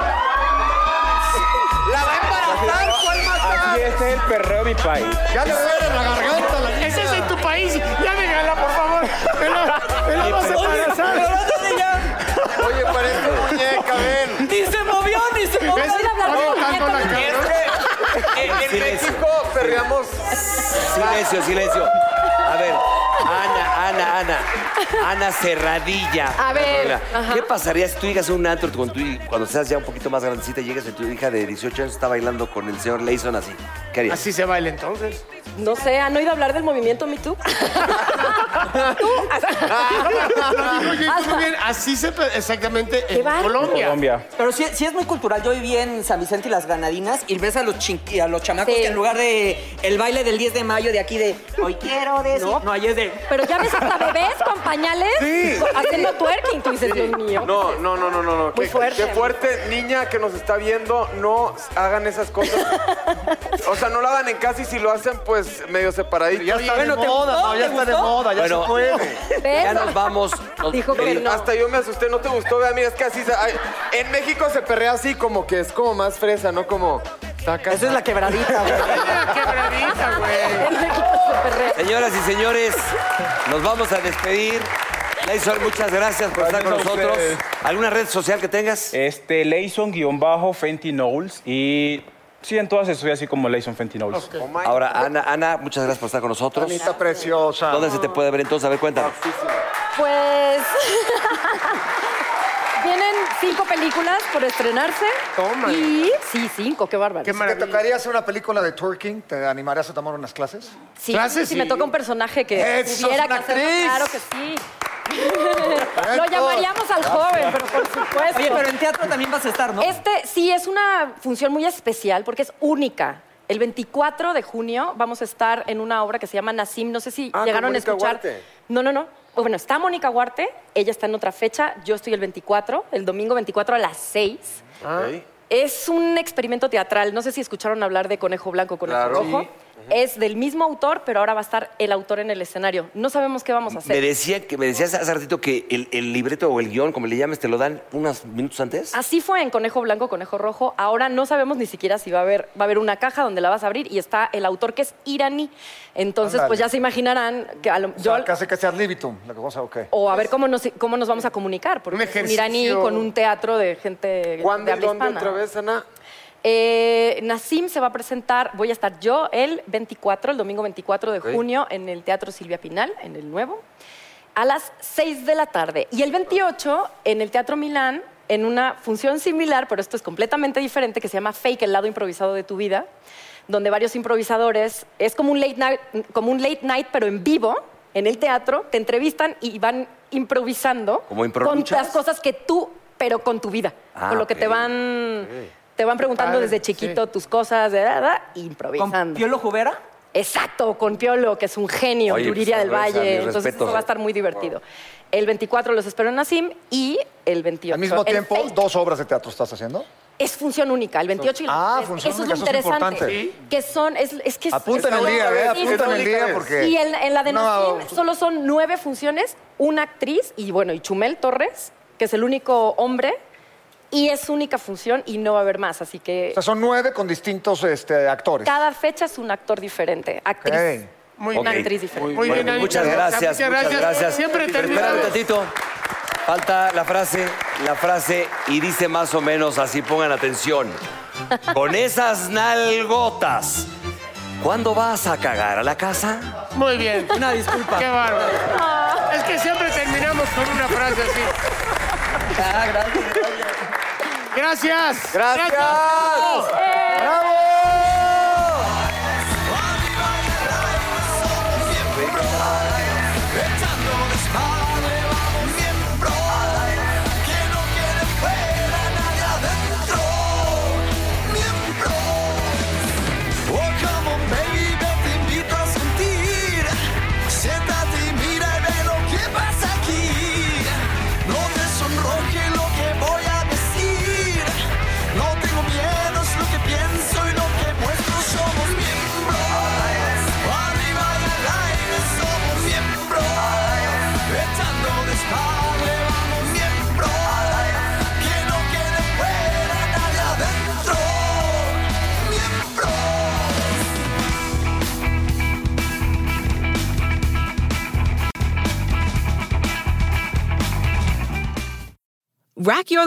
[SPEAKER 7] La va a embarazar, ¿cuál
[SPEAKER 11] así
[SPEAKER 7] matar?
[SPEAKER 11] este es el perreo de mi país.
[SPEAKER 10] Ya le duele la garganta. La...
[SPEAKER 3] Ese es en tu país, ya déjala, por favor. Me la, me la vas a embarazar.
[SPEAKER 7] Oye, parece muñeca, ven.
[SPEAKER 6] Ni se movió, ni se movió.
[SPEAKER 3] ¿Ves? Aventando la cabrón.
[SPEAKER 7] En, en
[SPEAKER 5] Silencio.
[SPEAKER 7] México perreamos.
[SPEAKER 5] Silencio, silencio. A ver, Ana, Ana, Ana. Ana Cerradilla.
[SPEAKER 9] A ver,
[SPEAKER 5] Mira,
[SPEAKER 9] ajá.
[SPEAKER 5] ¿Qué pasaría si tú llegas a un antro con tu, hij- cuando seas ya un poquito más grandecita y llegas y tu hija de 18 años está bailando con el señor Leison así? ¿Qué harías?
[SPEAKER 3] Así se baila entonces.
[SPEAKER 9] No sé, ¿han oído hablar del movimiento Me Too? ¿Tú?
[SPEAKER 3] Lo dijo Jason muy bien, Ah, así se pe- exactamente
[SPEAKER 9] Qué
[SPEAKER 3] en
[SPEAKER 9] bárbaro.
[SPEAKER 3] Colombia.
[SPEAKER 11] Colombia.
[SPEAKER 6] Pero sí, sí es muy cultural. Yo viví en San Vicente y las Granadinas y ves a los, chin- a los chamacos
[SPEAKER 9] Sí.
[SPEAKER 6] que en lugar de el baile del 10 de mayo de aquí de hoy quiero decir... Oh, No, no ahí es de...
[SPEAKER 9] Pero ya ves hasta bebés con pañales haciendo twerking. Tú dices, Dios mío.
[SPEAKER 7] No, no, no, no, no. no.
[SPEAKER 9] Muy
[SPEAKER 7] Qué-
[SPEAKER 9] fuerte.
[SPEAKER 7] Qué fuerte, niña que nos está viendo, no hagan esas cosas. O sea, no lo hagan en casa y si lo hacen, pues medio separadito.
[SPEAKER 10] Ya está de moda, no, ya está de moda, ya
[SPEAKER 5] Bueno.
[SPEAKER 10] se puede.
[SPEAKER 9] ¿Ves?
[SPEAKER 5] Ya nos vamos. Nos-
[SPEAKER 9] Dijo que no.
[SPEAKER 7] Hasta yo me asusté, no te gustó, vea, mira, es que así se- ay, en México se perrea así como que es como más fresa, no como saca.
[SPEAKER 6] Esa es la quebradita, güey.
[SPEAKER 3] Mira, qué bravita, güey.
[SPEAKER 9] En México se perrea.
[SPEAKER 5] Señoras y señores, nos vamos a despedir. Leison, muchas gracias por estar con
[SPEAKER 11] Gracias a
[SPEAKER 5] nosotros.
[SPEAKER 11] ustedes.
[SPEAKER 5] ¿Alguna red social que tengas?
[SPEAKER 11] Este, Leison-Fenty Knowles. Y sí, en todas estoy así como Leison Fenty Knowles.
[SPEAKER 7] Oh
[SPEAKER 5] Ahora, Ana, Ana, muchas gracias por estar con nosotros.
[SPEAKER 10] Anita preciosa.
[SPEAKER 5] ¿Dónde se te puede ver entonces? A ver, cuéntanos.
[SPEAKER 9] Pues. Vienen cinco películas por estrenarse.
[SPEAKER 4] Toma.
[SPEAKER 9] Y sí, cinco, qué bárbaro.
[SPEAKER 4] ¿Te tocaría hacer una película de twerking? ¿Te animarías a tomar unas clases?
[SPEAKER 9] Sí, si me toca un personaje que
[SPEAKER 4] Eso,
[SPEAKER 9] pudiera
[SPEAKER 4] una
[SPEAKER 9] casarme,
[SPEAKER 4] actriz.
[SPEAKER 9] claro que sí. Lo llamaríamos al joven, pero por supuesto.
[SPEAKER 13] Oye, pero en teatro también vas a estar, ¿no?
[SPEAKER 9] Este sí es una función muy especial porque es única. El 24 de junio vamos a estar en una obra que se llama Nasim. No sé si
[SPEAKER 14] con
[SPEAKER 9] llegaron a
[SPEAKER 14] Mónica
[SPEAKER 9] escuchar.
[SPEAKER 14] Huarte.
[SPEAKER 9] No, no, no. O Bueno, está Mónica Huarte, ella está en otra fecha, yo estoy el 24, el domingo 24 a las 6. Es un experimento teatral, no sé si escucharon hablar de Conejo Blanco, Conejo
[SPEAKER 5] Claro.
[SPEAKER 9] Rojo.
[SPEAKER 5] Sí.
[SPEAKER 9] Es del mismo autor, pero ahora va a estar el autor en el escenario. No sabemos qué vamos a hacer.
[SPEAKER 5] Me, decía que, me decías hace ratito que el, el libreto o el guión, como le llames, te lo dan unos minutos antes.
[SPEAKER 9] Así fue en Conejo Blanco, Conejo Rojo. Ahora no sabemos ni siquiera si va a haber, va a haber una caja donde la vas a abrir y está el autor que es iraní. Entonces,
[SPEAKER 4] Ándale.
[SPEAKER 9] pues ya se imaginarán que a lo-
[SPEAKER 4] O
[SPEAKER 9] yo-
[SPEAKER 4] sea, casi que sea libitum, la cosa, ok.
[SPEAKER 9] o a ver cómo nos, cómo nos vamos a comunicar, porque es un
[SPEAKER 4] ejercicio.
[SPEAKER 9] iraní con un teatro de gente
[SPEAKER 7] ¿Cuándo
[SPEAKER 9] de
[SPEAKER 7] y
[SPEAKER 9] habla
[SPEAKER 7] dónde
[SPEAKER 9] hispana.
[SPEAKER 7] otra vez, Ana?
[SPEAKER 9] Eh, Nassim se va a presentar, voy a estar yo el 24, el domingo 24 de
[SPEAKER 7] Ok.
[SPEAKER 9] junio, en el Teatro Silvia Pinal, en el nuevo, a las 6 de la tarde. Y el 28, en el Teatro Milán, en una función similar, pero esto es completamente diferente, que se llama Fake, el lado improvisado de tu vida, donde varios improvisadores, es como un late night, como un late night pero en vivo, en el teatro, te entrevistan y van improvisando
[SPEAKER 5] Como
[SPEAKER 9] con
[SPEAKER 5] improvisas.
[SPEAKER 9] las cosas que tú, pero con tu vida,
[SPEAKER 5] Ah,
[SPEAKER 9] con lo
[SPEAKER 5] ok.
[SPEAKER 9] que te van... Te van preguntando
[SPEAKER 13] Padre,
[SPEAKER 9] desde chiquito tus cosas, de verdad, improvisando. ¿Con Piolo Jubera? Exacto, con Piolo, que es un genio,
[SPEAKER 13] Oye,
[SPEAKER 9] Yuriria
[SPEAKER 13] pues,
[SPEAKER 9] del
[SPEAKER 13] a ver, a mis
[SPEAKER 9] Valle. Entonces,
[SPEAKER 13] respetos,
[SPEAKER 9] eso va a
[SPEAKER 13] ¿eh?
[SPEAKER 9] estar muy divertido. El 24 los espero en Nasim y el 28.
[SPEAKER 4] Al mismo
[SPEAKER 9] el
[SPEAKER 4] tiempo,
[SPEAKER 9] 6
[SPEAKER 4] dos obras de teatro estás haciendo.
[SPEAKER 9] es función única, el 28 y el
[SPEAKER 4] Ah,
[SPEAKER 9] 23.
[SPEAKER 4] función
[SPEAKER 9] Eso
[SPEAKER 4] única,
[SPEAKER 9] es
[SPEAKER 4] eso
[SPEAKER 9] lo
[SPEAKER 4] es
[SPEAKER 9] interesante.
[SPEAKER 4] importante.
[SPEAKER 9] Que son, es, es que es-
[SPEAKER 4] Apunten
[SPEAKER 9] es
[SPEAKER 4] el día,
[SPEAKER 9] solo-
[SPEAKER 4] ¿eh?
[SPEAKER 9] sí,
[SPEAKER 4] Apunten
[SPEAKER 9] sí,
[SPEAKER 4] el día,
[SPEAKER 9] sí.
[SPEAKER 4] porque-
[SPEAKER 9] Y en, en la de
[SPEAKER 4] No.
[SPEAKER 9] Nasim solo son nueve funciones, una actriz y bueno, y Chumel Torres, que es el único hombre, y es única función y no va a haber más, así que...
[SPEAKER 4] O sea, son nueve con distintos este, actores.
[SPEAKER 9] Cada fecha es un actor diferente, actriz.
[SPEAKER 4] Ok.
[SPEAKER 9] Muy
[SPEAKER 4] Ok.
[SPEAKER 9] Una actriz diferente.
[SPEAKER 5] Bueno, muchas gracias, muchas gracias.
[SPEAKER 3] Siempre
[SPEAKER 5] Pero
[SPEAKER 3] terminamos.
[SPEAKER 5] Espera un tantito. Falta la frase, la frase, y dice más o menos así, pongan atención. Con esas nalgotas, ¿cuándo vas a cagar a la casa?
[SPEAKER 3] Muy bien.
[SPEAKER 5] Una disculpa.
[SPEAKER 3] Qué bárbaro. Es que siempre terminamos con una frase así. Ah, gracias. Gracias. Gracias.
[SPEAKER 2] Echando desmadre, vamos miembro. Que no quiere fuera nadie adentro. Miembro. Oh, come on, baby, te invito a sentir. Siéntate y mira y ve lo que pasa aquí. No te sonroje lo que voy a decir. No tengo miedo, es lo que pienso y lo que muestro. Somos miembros. Arriba y al aire somos miembros. Echando desmadre, vamos miembros. Que no quede fuera nadie adentro. Miembros.
[SPEAKER 15] Rack your